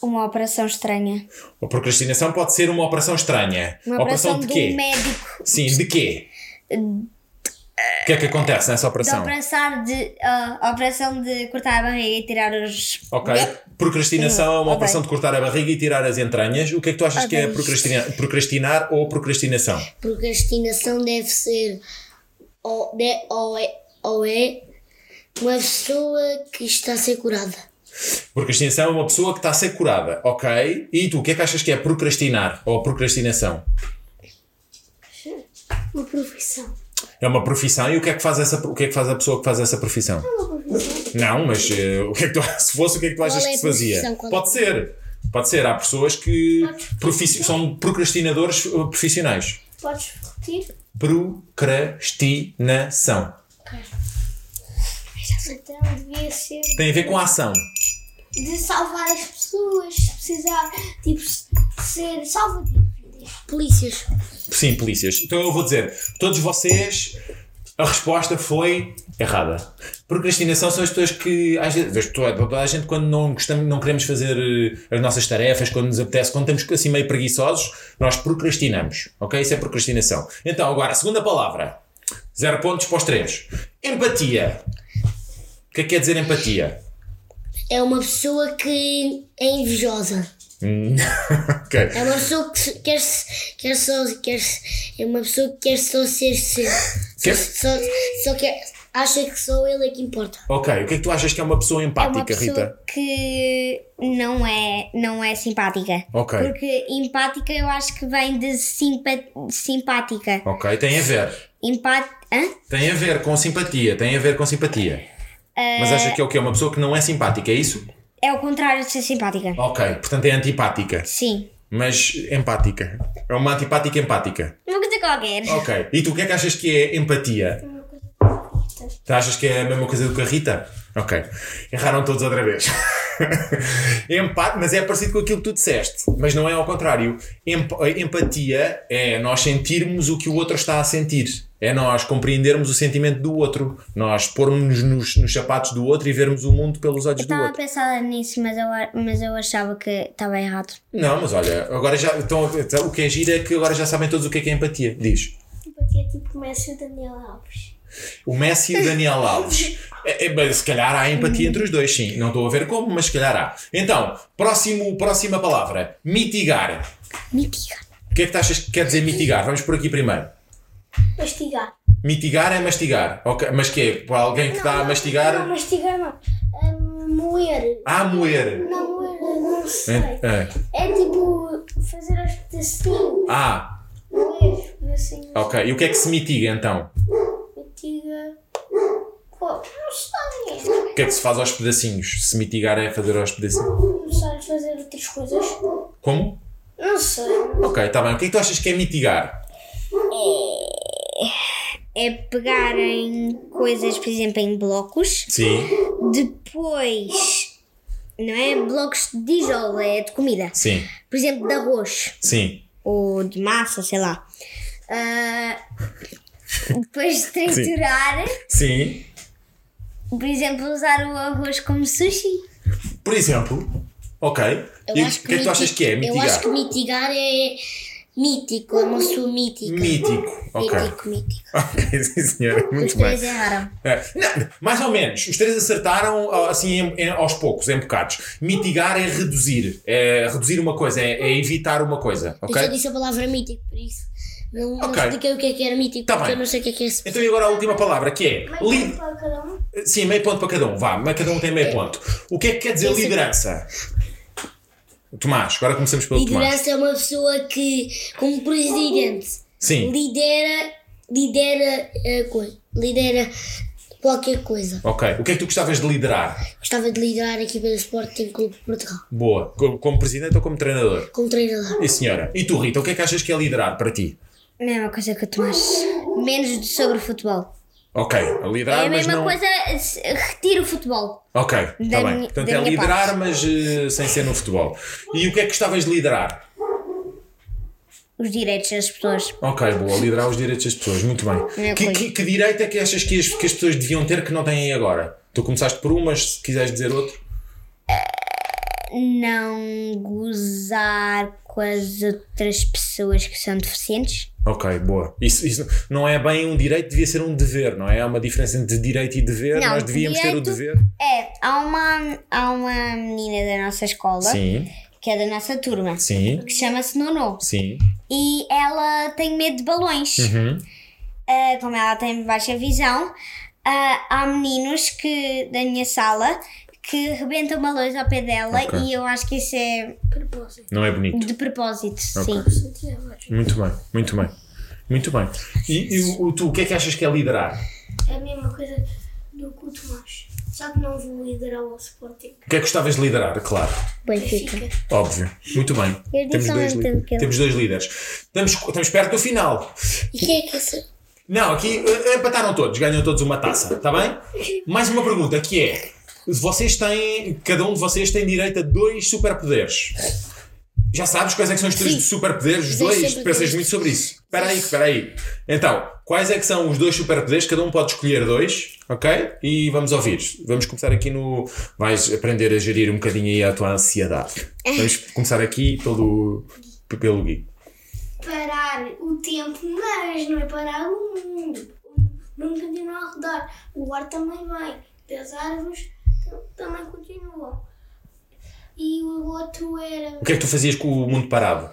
Uma operação estranha. A procrastinação pode ser uma operação estranha. Uma operação, de de quê? um médico Sim, de quê? O que é que acontece nessa de operação? operação de, ah, operação de cortar a barriga e tirar os. Ok. Procrastinação é uma Ok. operação de cortar a barriga e tirar as entranhas. O que é que tu achas que é Ok. procrastina- procrastinar ou procrastinação? Procrastinação deve ser ou, de, ou, é, ou é uma pessoa que está a ser curada. Procrastinação é uma pessoa que está a ser curada, ok? E tu, o que é que achas que é procrastinar ou procrastinação? Uma profissão. É uma profissão e o que é que faz, essa, o que é que faz a pessoa que faz essa É profissão? Não, mas eh, o que é que tu, <laughs> se fosse, o que é que tu achas é que a se fazia? profissão? Qual é? Pode ser, pode ser. Há pessoas que profici- são procrastinadores eh, profissionais. Podes repetir? Procrastinação. Então devia ser Tem a ver com a ação. de salvar as pessoas, se precisar, tipo, ser salvo. Polícias. Sim, polícias. Então eu vou dizer, todos vocês, a resposta foi errada. Procrastinação são as pessoas que, às vezes, vejo toda, toda a gente, quando não, gostamos, não queremos fazer eh, as nossas tarefas, quando nos apetece, quando estamos assim meio preguiçosos, nós procrastinamos. Ok? Isso é procrastinação. Então, agora, a segunda palavra. Zero pontos para os três. Empatia. O que é que quer dizer empatia? É uma pessoa que é invejosa. Ok. É uma pessoa que se- quer, se- quer só. Quer, se- é uma pessoa que quer só ser. ser Quer- só, só quer. Acha que só ele é que importa. Ok. O que é que tu achas que é uma pessoa É uma empática, pessoa Rita? que não é, não é simpática. Ok. Porque empática eu acho que vem de simpa, simpática. Ok. Tem a ver. Empat, hã? Tem a ver com simpatia, tem a ver com simpatia. Mas acha que é o que? Uma pessoa que não é simpática, é isso? É o contrário de ser simpática. Ok, portanto é antipática, Sim. mas empática. É uma antipática empática. Uma coisa qualquer. Ok. E tu o que é que achas que é empatia? Tu achas que é a mesma coisa do que a Rita? Ok. Erraram todos outra vez. <laughs> Empate, mas é parecido com aquilo que tu disseste, mas não é ao contrário. Emp- a empatia é nós sentirmos o que o outro está a sentir. É nós compreendermos o sentimento do outro, nós pormos-nos nos, nos sapatos do outro e vermos o mundo pelos olhos do Estava a outro. pensar nisso, mas eu, a- mas eu achava que estava errado. Não, mas olha, agora já. Então, então, o que é giro é que agora já sabem todos o que é que é empatia. Diz. Empatia tipo Messi e Daniela Alves. O Messi e o Daniel Alves. É, é, bem, se calhar há empatia entre os dois, sim. Não estou a ver como, mas se calhar há. Então, próximo, próxima palavra: mitigar. Mitiga. O que é que tu achas que quer dizer mitigar? Vamos por aqui primeiro. Mastigar. Mitigar é mastigar. Ok, Mas que é? Para alguém que está a Não, mastigar. mastigar não. Ah, moer. Ah, moer. Não, moer, não sei. É, é. É tipo fazer aos pedacinhos. Ah, Moer assim, os pedacinhos. ok. E o que é que se mitiga então? Mitiga. Pô, não sei. O que é que se faz aos pedacinhos? Se mitigar é fazer aos pedacinhos. Não sabes fazer outras coisas? Como? Não sei. Ok, está bem. O que é que tu achas que é mitigar? É pegar em coisas, por exemplo, em blocos. Sim, Depois. Não é? Blocos de tijola, é de comida. sim, Por exemplo, de arroz. sim. ou de massa, sei lá. Ah, Depois de triturar, Sim. por exemplo, usar o arroz como sushi. Por exemplo, ok. E o que é que tu achas que é? Mitigar? mitigar? Eu acho que mitigar é mítico, é uma sua mítica. Mítico. Ok. Mítico, É mítico. Ok, <laughs> sim senhora, Os muito bem. três erraram. É, não, mais ou menos, os três acertaram ah, assim em- em- aos poucos, em bocados. Mitigar é reduzir. É reduzir uma coisa, é, é evitar uma coisa, Eu só ok? disse a palavra mítico, por isso. Não, não Ok. expliquei o que é que era mítico, Tá porque bem. eu não sei o que é que é esse. Então e agora a última palavra que é. li- Mas para cada um. Sim, meio ponto para cada um, vá, mas cada um tem meio ponto. O que é que quer dizer liderança? Tomás, agora começamos pelo Tomás. Liderança é uma pessoa que, como presidente, Sim. lidera, lidera, eh, coi- lidera qualquer coisa. Ok. O que é que tu gostavas de liderar? Gostava de liderar a equipa do Sporting Clube de Portugal, Boa. Co- Como presidente ou como treinador? como treinador. E senhora? E tu, Rita, o que é que achas que é liderar para ti? Mesma coisa que o Tomás. Menos de- sobre o futebol. Ok, liderar, é a mas mesma não. coisa, se- retiro o futebol. Ok, está Da bem. minha- Portanto, da é minha liderar, mas eh, sem ser no futebol. E o que é que gostavas de liderar? Os direitos das pessoas. Ok, boa, liderar os direitos das pessoas, muito bem. Minha Que, coisa. que, que direito é que achas que as, que as pessoas deviam ter que não têm agora? Tu começaste por um, mas se quiseres dizer outro. Não gozar com as outras pessoas que são deficientes. Ok, boa. Isso, isso não é bem um direito, devia ser um dever, não é? Há uma diferença entre direito e dever. Não, Nós devíamos ter o direito- dever. É, há uma, há uma menina da nossa escola, Sim, que é da nossa turma, sim, que chama-se Nono. sim. E ela tem medo de balões. Uhum. Ah, como ela tem baixa visão, ah, há meninos que da minha sala que rebentam balões ao pé dela Ok. e eu acho que isso é Propósito. Não é bonito. de propósito, sim. Santiago. Muito bem, muito bem. Muito bem. E, e o, o tu, o que é que achas que é liderar? É a mesma coisa do que o Tomás. Só que não vou liderar o Sporting. O que é que gostavas de liderar, claro. Fica. Óbvio. Muito bem. Eu disse Temos ao dois, mesmo li- tempo que eu- temos dois líderes. Estamos, estamos perto do final. E quem é que é esse? Não, aqui eh, empataram todos, ganham todos uma taça, está bem? Mais uma pergunta que é: vocês têm, cada um de vocês tem direito a dois superpoderes. Já sabes quais é que são os teus Sim. superpoderes, os Dois dois? superpoderes. Pensas muito sobre isso. Espera aí, espera aí. Então, quais é que são os dois superpoderes? Cada um pode escolher dois, ok? E vamos ouvir. Vamos começar aqui no. Vais aprender a gerir um bocadinho aí a tua ansiedade. Vamos começar aqui pelo. pelo Gui. Parar o tempo, mas não é parar o mundo. O mundo continua a rodar. O ar também vai. Das árvores tam- também continuam. E o outro era O que é que tu fazias com o mundo parado?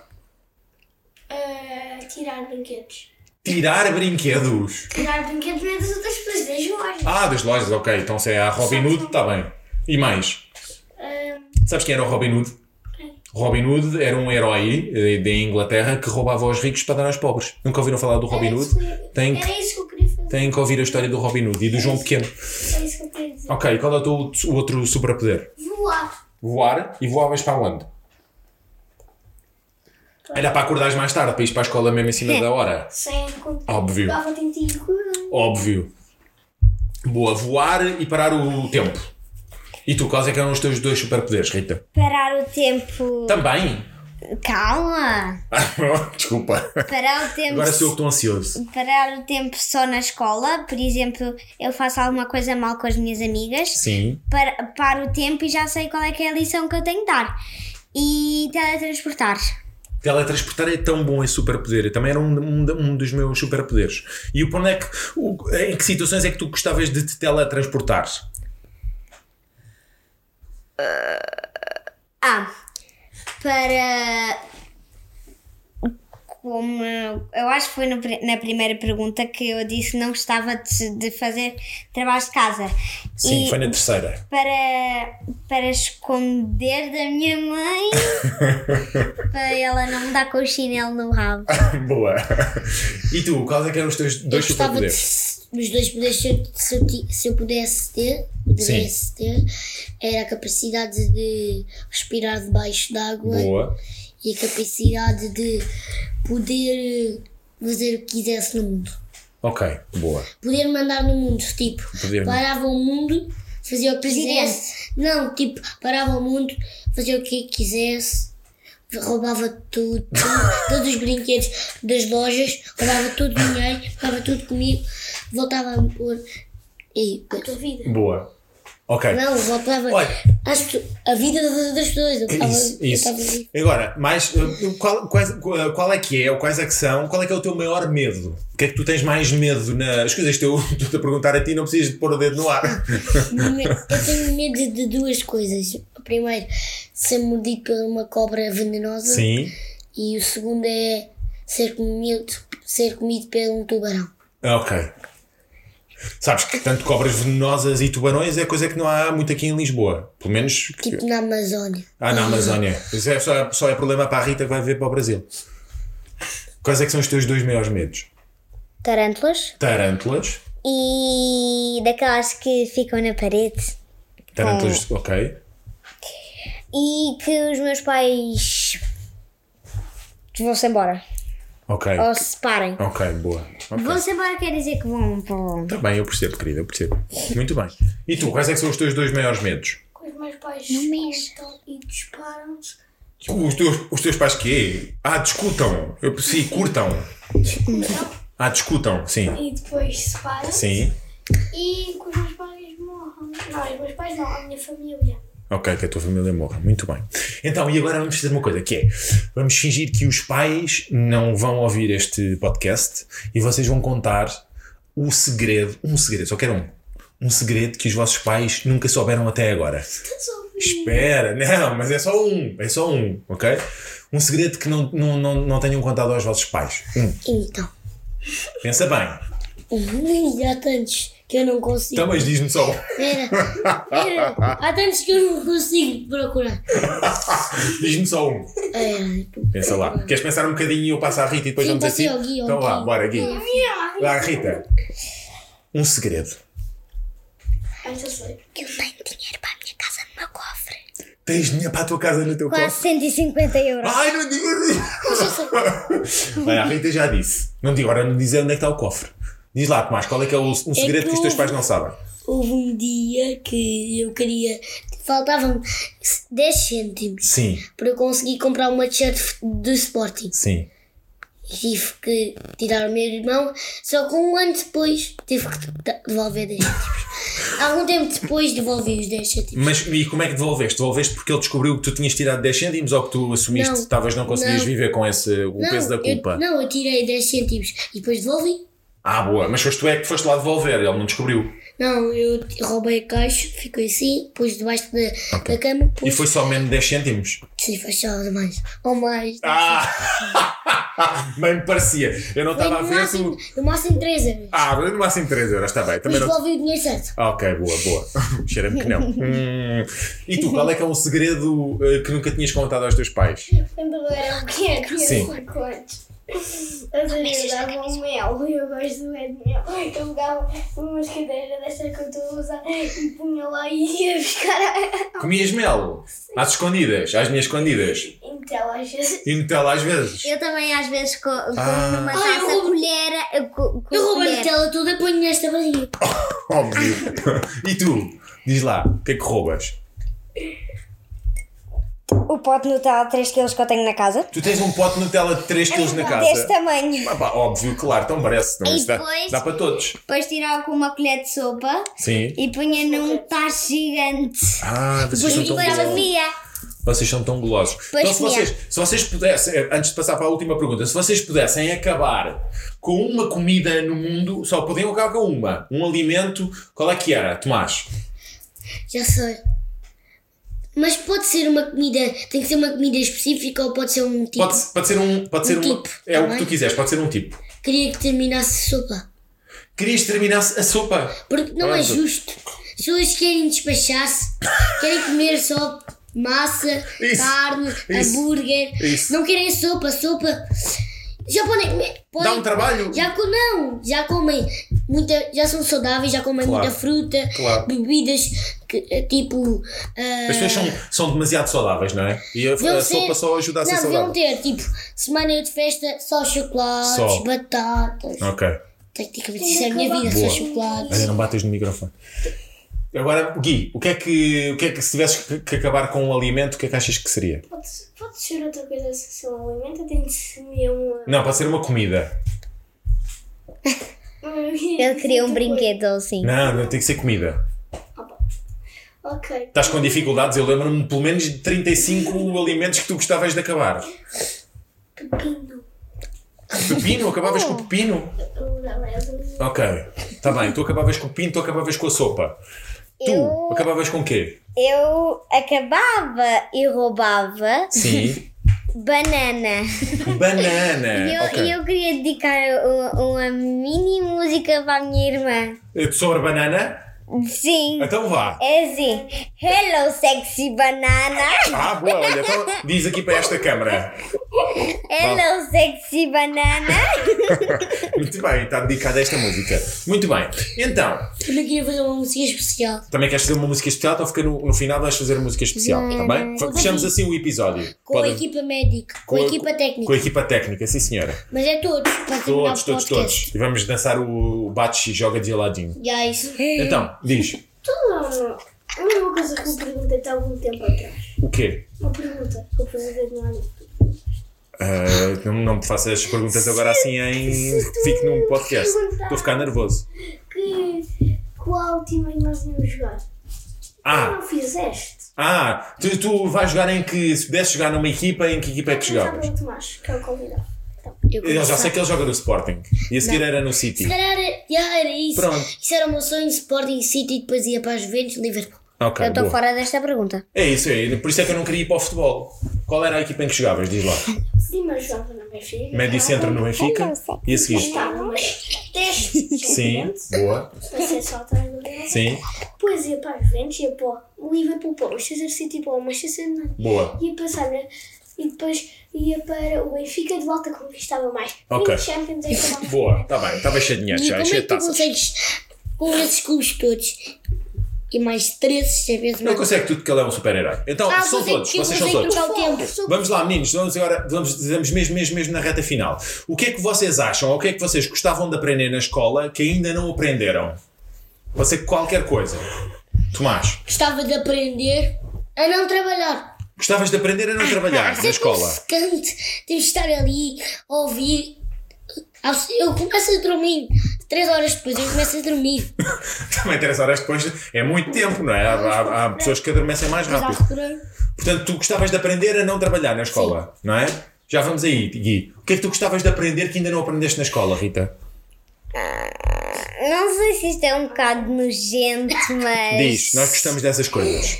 ah, tirar brinquedos. Tirar brinquedos. Tirar brinquedos não é das outras pessoas, das lojas. Ah, das lojas, ok. Então se é a Robin Hood, está bem. E mais? Ah, Sabes quem era o Robin Hood? Robin Hood era um herói eh, da Inglaterra que roubava aos ricos para dar aos pobres. Nunca ouviram falar do Robin era Hood? isso que- Tem que, Era isso que eu queria fazer. tem que ouvir a história do Robin Hood e do João Pequeno. Era isso que eu queria dizer. Ok, qual é o teu outro- o outro superpoder? Voar. Voar e voavas para onde? Era para acordares mais tarde, para ir para a escola mesmo em É. cima da hora. Sem encontrar. Óbvio. Pegava tintinho. Óbvio. Boa, voar e parar o tempo. E tu, quais é que eram os teus dois superpoderes, Rita? Parar o tempo. Também? <laughs> Calma! Desculpa. Parar o tempo. Agora sou eu que estou ansioso. Parar o tempo só na escola, por exemplo, eu faço alguma coisa mal com as minhas amigas, Sim. para, paro o tempo e já sei qual é que é a lição que eu tenho de dar. E teletransportar. Teletransportar é tão bom esse superpoder. Também era um, um, um dos meus superpoderes. E o ponto é que. o- em que situações é que tu gostavas de te teletransportar? Ah, para. Como eu acho que foi no pri- na primeira pergunta que eu disse que não gostava de, de fazer trabalhos de casa. Sim, E foi na terceira. <laughs> para, para esconder da minha <laughs> mãe, para ela não me dar com o chinelo no rabo. Boa. E tu, quais é que eram os teus dois eu gostava de, superpoderes? os dois poderes, se eu, se eu ti- se eu pudesse ter, pudesse ter, era a capacidade de respirar debaixo d'água Boa. e a capacidade de poder eh, fazer o que quisesse no mundo. Ok, boa. Poder mandar no mundo, tipo, Poder- né? parava o mundo, fazia o que Presidente. quisesse. Não, tipo, parava o mundo, fazia o que quisesse, roubava tudo, <laughs> tudo, todos os brinquedos das lojas, roubava todo o dinheiro, roubava tudo comigo, voltava a me pôr. E, a tua vida. Boa. Ok. não, voltava Olha. às pesso- a vida das, das pessoas. Eu tava, É Isso, Eu tava ali. isso. Agora, mais, uh, qual, quais- qual, é que é, ou quais é que são, qual é que é o teu maior medo? O que é que tu tens mais medo na. As coisas que eu <laughs> estou a perguntar a ti, não precisas de pôr o dedo no <laughs> ar. Me- Eu tenho medo de duas coisas. O primeiro, ser mordido por uma cobra venenosa. Sim. E o segundo é ser comido, ser comido por um tubarão. Ok. Sabes que tanto cobras venenosas e tubarões é coisa que não há muito aqui em Lisboa. Pelo menos. que- Tipo na Amazónia. Ah, na Amazónia. Isso é só, só é problema para a Rita que vai ver para o Brasil. Quais é que são os teus dois maiores medos? Tarântulas Tarântulas. e daquelas que ficam na parede. Tarântulas, Oh. ok. E que os meus pais vão-se embora. Ok. Oh. Ou se separem. Ok, boa. Ok. Vão-se embora quer dizer que vão para o- Tá bem, eu percebo, querida, eu percebo. Muito bem. E tu, quais é que são os teus dois maiores medos? Com os meus pais disputam e disparam-se. Os teus, os teus pais quê? Ah, discutam. Eu, sim, curtam. Ah, discutam, sim. E depois separam-se. Sim. E que os meus pais morram. Não, os meus pais não, a minha família. Ok, que a tua família morra. Muito bem. Então, e agora vamos fazer uma coisa, que é... Vamos fingir que os pais não vão ouvir este podcast e vocês vão contar o segredo, um segredo, só quero um. Um segredo que os vossos pais nunca souberam até agora. Espera, não, mas é só um, é só um, ok? Um segredo que não, não, não, não tenham contado aos vossos pais. Um. Então, um Pensa bem. Ui, há tantos que eu não consigo. Então, mas diz-me só um. Era, era, há tantos que eu não consigo procurar. Diz-me só um. Era, Pensa lá. Queres pensar um bocadinho e eu passo à Rita e depois É. Sim, vamos passei assim? ao Gui, ao Então vá, Gui. bora, Gui. Lá, Rita. Um segredo. Ai, já sei. Eu tenho dinheiro para a minha casa no meu cofre. Tens dinheiro para a tua casa no teu Quase cofre? 150 euros. Ai, não digas Olha, a Rita já disse. Não digo, agora não dizer onde é que está o cofre. Diz lá, Tomás, qual é que é o, um segredo que, que os teus eu- pais não sabem? houve um dia que eu queria. Faltavam 10 cêntimos Sim, para eu conseguir comprar uma t-shirt do Sporting. sim. Tive que tirar o meu irmão, só que um ano depois tive que da- devolver 10 cêntimos. Algum tempo depois devolvi os 10 cêntimos. Mas e como é que devolveste? Devolveste porque ele descobriu que tu tinhas tirado 10 cêntimos ou que tu assumiste Não, que talvez não conseguias não. viver com esse, Hum, o peso da culpa? Eu, não, eu tirei 10 cêntimos e depois devolvi. Ah, boa, mas foste tu é que foste lá devolver, ele não descobriu. Não, eu t- roubei a caixa, ficou assim, pus debaixo da, da cama, E pus. foi só menos 10 cêntimos. Sim, foi só demais. Ou mais. Ah! <laughs> Bem me parecia. Eu não Foi estava a no ver tu. máximo, no máximo 3 euros. Ah, mas no máximo 3 euros, está bem. Mas Também não... devolvi o dinheiro certo. Ok, boa, boa. <laughs> Cheira-me que não. <laughs> Hum. E tu, qual é que é um segredo eh, que nunca tinhas contado aos teus pais? Quando eu era pequena, tinha Sim. 5 anos. As amigas davam mel um e eu gosto é de mel. Eu pegava umas cadeiras destas que eu estou a usar e punha lá e ia buscar a... Comias mel? Às escondidas, às minhas escondidas. Então, às vezes. E Nutella às vezes. Eu também às vezes co como Ah. numa Ai, eu taça roubo- colher. eh, co- com Eu roubei a colher. Nutella toda, ponho nesta barriga. Óbvio. <laughs> E tu? Diz lá, o que é que roubas? O pote Nutella 3 kg que eu tenho na casa. Tu tens um pote de Nutella de 3 kg na casa. Deste tamanho. Ah, pá, óbvio, claro, então parece. Não, E isso dá, depois- dá para todos. Depois tirava com uma colher de sopa Sim. e punha num tacho gigante. Ah, vocês E são tão depois golosos. comia. Vocês são tão golosos. Pois então, se comia. vocês, se vocês pudessem, eh, antes de passar para a última pergunta, se vocês pudessem acabar com uma comida no mundo, só podiam acabar com uma. Um alimento, qual é que era, Tomás? Já sei. Mas pode ser uma comida, tem que ser uma comida específica ou pode ser um tipo. Pode, pode ser um. Pode ser Um uma- tipo, é o tá que tu bem? quiseres, pode ser um tipo. Queria que terminasse sopa. Querias terminar a sopa? Porque não é Pronto. justo. As pessoas querem despachar-se, querem comer só massa, Isso, carne, isso, hambúrguer. isso. Não querem sopa, sopa. Já podem comer. podem- Dá um trabalho? Já com, não, já comem muita, já são saudáveis, já comem Claro. muita fruta, Claro. bebidas que, eh, tipo. ah, As pessoas É. são, são demasiado saudáveis, não é? E a, deviam a sopa ser- só ajuda a ser Não, deviam saudável. ter, tipo, semana de festa, só chocolates, Só. batatas. Ok. Tecnicamente isso é a minha vida, Boa. só chocolates. Olha, não bates no microfone. Agora, Gui, o que é que, o que, é que se tivesses que- que acabar com um alimento, o que é que achas que seria? Pode, pode ser outra coisa se ser um alimento, tem de ser mesmo. Não, pode ser uma comida. Ele queria um brinquedo assim. Não, não tem que ser comida. Ok. Estás com dificuldades, eu lembro-me de pelo menos de 35 alimentos que tu gostavas de acabar. Pepino. <laughs> Pepino, acabavas com o pepino? Não, é do- Ok, está bem. Tu acabavas com o pepino, tu acabavas com a sopa. Eu- Tu acabavas com o quê? Eu acabava e roubava <laughs> Sim. banana. Banana. E eu, É, Ok. eu queria dedicar u- uma mini música para a minha irmã. Sobre banana? Sim. Então vá. É assim. Hello, sexy banana. Ah, boa, olha, então diz aqui para esta câmara. Hello, sexy banana. Muito bem, está dedicada a esta música. Muito bem. Então, Também queria fazer uma música especial. também queres fazer uma música especial? Então fica no, no final, vais fazer uma música especial, está bem? Fa- Fechamos assim o episódio. Hum, Com Pode- a equipa médica, com, a equipa técnica. Com a equipa técnica, sim senhora. Mas é todos, para terminar Todos, o todos, podcast. todos. E vamos dançar o Bates e Joga de Aladdin. E é isso. Então, diz, Não, não. É A mesma coisa que eu perguntei-te há algum tempo atrás. o quê? Uma pergunta que eu perguntei no amigo. Ah, não, não me faças estas perguntas agora assim em. Fico num podcast. Estou a ficar nervoso. Que. Qual time é que nós íamos jogar? Ah, Não fizeste. ah, tu, tu vais jogar em que. Se pudesse jogar numa equipa, em que equipa é que Já jogavas? pelo Tomás, que é o convidado. Eu Eu já sei que ele joga no Sporting. E a seguir era no City. Se calhar era, já era isso. Pronto. Isso era o meu sonho, Sporting City, e depois ia para as Juventus, Liverpool. Ok, Eu estou boa. fora desta pergunta. É isso aí. Por isso é que eu não queria ir para o futebol. Qual era a equipa em que jogavas? Diz lá. Dima jogava no Benfica. Médio centro no Benfica. E a seguir? Estava, mas <laughs> teste. É Sim, boa. Passei só atrás do Benfica. Sim, Depois ia para as Juventus, ia para o Liverpool, para o Manchester City, para o Manchester United. boa. Ia passar, né? E depois ia para o Benfica de volta, conquistava mais. Ok. E Champions <laughs> aí para mais. Boa, está bem. Estava cheio de dinheiro E já, como é cheio que de tu taças. consegues, com esses clubes todos, e mais 13 champions, Não consegue tudo que ele é um super-herói. Então, Ah, são consegue, todos, que eu vocês são consigo todos. trocar o tempo. Vamos lá, meninos, vamos agora, vamos, estamos mesmo, mesmo, mesmo na reta final. O que é que vocês acham, ou o que é que vocês gostavam de aprender na escola que ainda não aprenderam? Pode ser qualquer coisa. Tomás, Gostava de aprender a não trabalhar. gostavas de aprender a não trabalhar na Ser escola? secante, temos de estar ali, a ouvir. Eu começo a dormir. Três horas depois eu começo a dormir. <laughs> Também 3 horas depois é muito tempo, não é? Há, há- há pessoas que adormecem mais Mas há rápido. restaurante. Portanto, tu gostavas de aprender a não trabalhar na escola, não é? Já vamos aí, Gui. O que é que tu gostavas de aprender que ainda não aprendeste na escola, Rita? Não sei se isto é um <laughs> bocado nojento, mas. Diz, nós gostamos dessas coisas.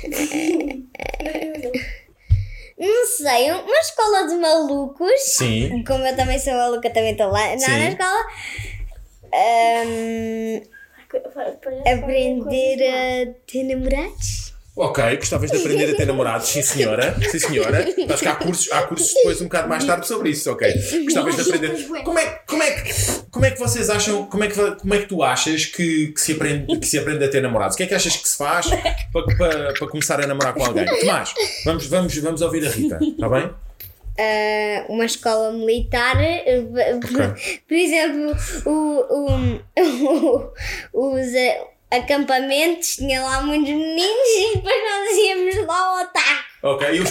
Não sei, uma escola de malucos. Sim. Como eu também sou maluca, também estou lá lá Sim. na escola. Ahm, aprender a ter namorados. Ok, gostavas de aprender a ter namorados, sim senhora, sim senhora. Acho que há cursos, há cursos depois um bocado mais tarde sobre isso, ok. Gostavas de aprender. Como é, como é, que- como é que vocês acham, como é que, va- como é que tu achas que, que se aprende, que se aprende a ter namorados? O que é que achas que se faz para, para, para começar a namorar com alguém? Tomás, vamos, vamos, vamos ouvir a Rita, está bem? Ah, uma escola militar. eh, b- b- Ok. <laughs> Por exemplo, o- <laughs> o- os eh, acampamentos tinha lá muitos meninos e depois nós íamos lá ao ataque. Ok, e o...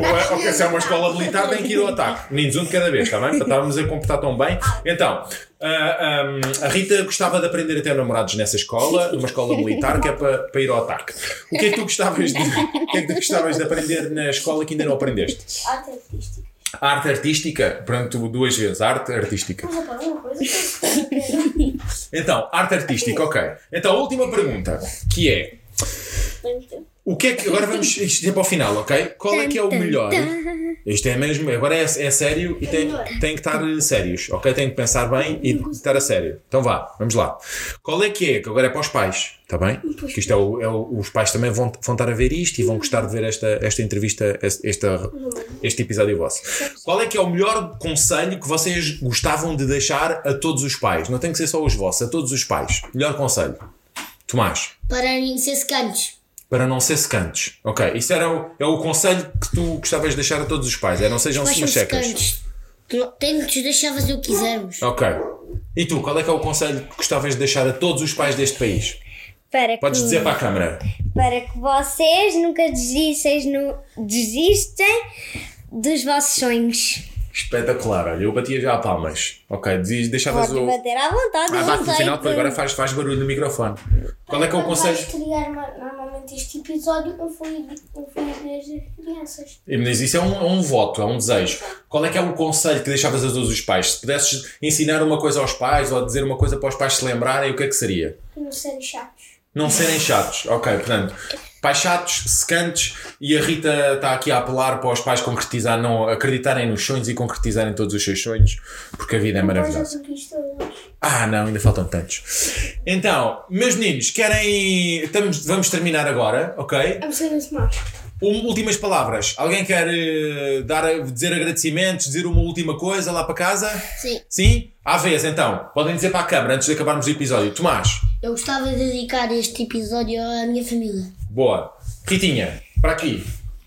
Boa, ok, se é uma escola militar tem que ir ao ataque. Meninos, um de cada vez, está bem? Para estarmos a comportar tão bem. Então, ah, ah, a Rita gostava de aprender a ter namorados nessa escola, numa escola militar, que é para, para ir ao ataque. O que é que tu gostavas de, o que é que tu gostavas de aprender na escola que ainda não aprendeste? Arte artística. Arte artística? Pronto, duas vezes, arte artística. Mas rapaz, uma coisa. Então, arte artística, ok. Então, a última pergunta, que é... O que é que. Agora vamos. Isto é para o final, ok? Qual é que é o melhor? Isto é mesmo. Agora é, é sério e tem, tem que estar eh, sérios, ok? Tem que pensar bem e estar a sério. Então vá, vamos lá. Qual é que é? Que agora é para os pais, está bem? Que isto é o, é o- os pais também vão, vão estar a ver isto e vão gostar de ver esta, esta entrevista, este, esta- este episódio vosso. Qual é que é o melhor conselho que vocês gostavam de deixar a todos os pais? Não tem que ser só os vossos, a todos os pais. Melhor conselho. Tomás Pararem de ser secantes. para não ser secantes. Ok, isso era o, é o conselho que tu gostavas de deixar a todos os pais, é não sejam Mas são secas. secantes. Tenho de deixar fazer o que quisermos. Ok. E tu, qual é que é o conselho que gostavas de deixar a todos os pais deste país? Para Podes que, dizer para a câmara. para que vocês nunca desistem, no, desistem dos vossos sonhos. Espetacular, olha, eu batia já a palmas. Ok, dizias- deixavas Pode o. bater à vontade. Ah, não bate no sei final, de- porque agora faz, faz barulho no microfone. Qual é que é o Quando conselho? vais criar ma- normalmente este episódio, eu fui, eu fui ver as crianças. Mas isso é um, é um voto, é um desejo. Qual é que é o conselho que deixavas a todos os pais? Se pudesses ensinar uma coisa aos pais ou dizer uma coisa para os pais se lembrarem, o que é que seria? Que não serem chatos. Não serem chatos. Ok, portanto, pais chatos, secantes, e a Rita está aqui a apelar para os pais concretizar, não acreditarem nos sonhos e concretizarem todos os seus sonhos, porque a vida é maravilhosa. Depois eu conquisto eles. Ah, não, ainda faltam tantos. Então, meus meninos, querem. Estamos, vamos terminar agora, ok? I'm saying it's smart. Um- últimas palavras. Alguém quer eh, dar, dizer agradecimentos, dizer uma última coisa lá para casa? Sim. Sim? À vez, então. Podem dizer para a câmara antes de acabarmos o episódio. Tomás, Eu gostava de dedicar este episódio à minha família. boa. Ritinha, para aqui.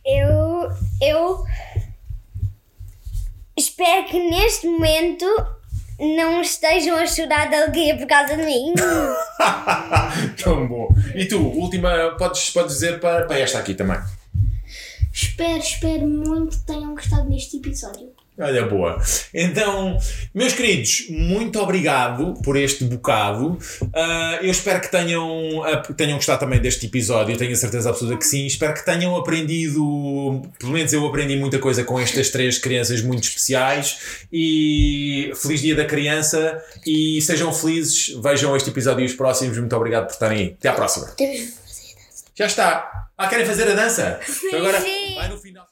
Eu, eu espero que neste momento não estejam a chorar de alegria por causa de mim. <laughs> Tão bom. E tu, última, podes, podes dizer para, para esta aqui também. Espero, espero muito que tenham gostado deste episódio. Olha, boa. Então, meus queridos, muito obrigado por este bocado. Ah, eu espero que tenham, ap- tenham gostado também deste episódio, tenho a certeza absoluta que sim. Espero que tenham aprendido, pelo menos eu aprendi muita coisa com estas três crianças muito especiais. E feliz dia da criança e sejam felizes. Vejam este episódio e os próximos. Muito obrigado por estarem aí. Até à próxima. Temos Já está. Ah, querem fazer a dança? Então agora, vai no final.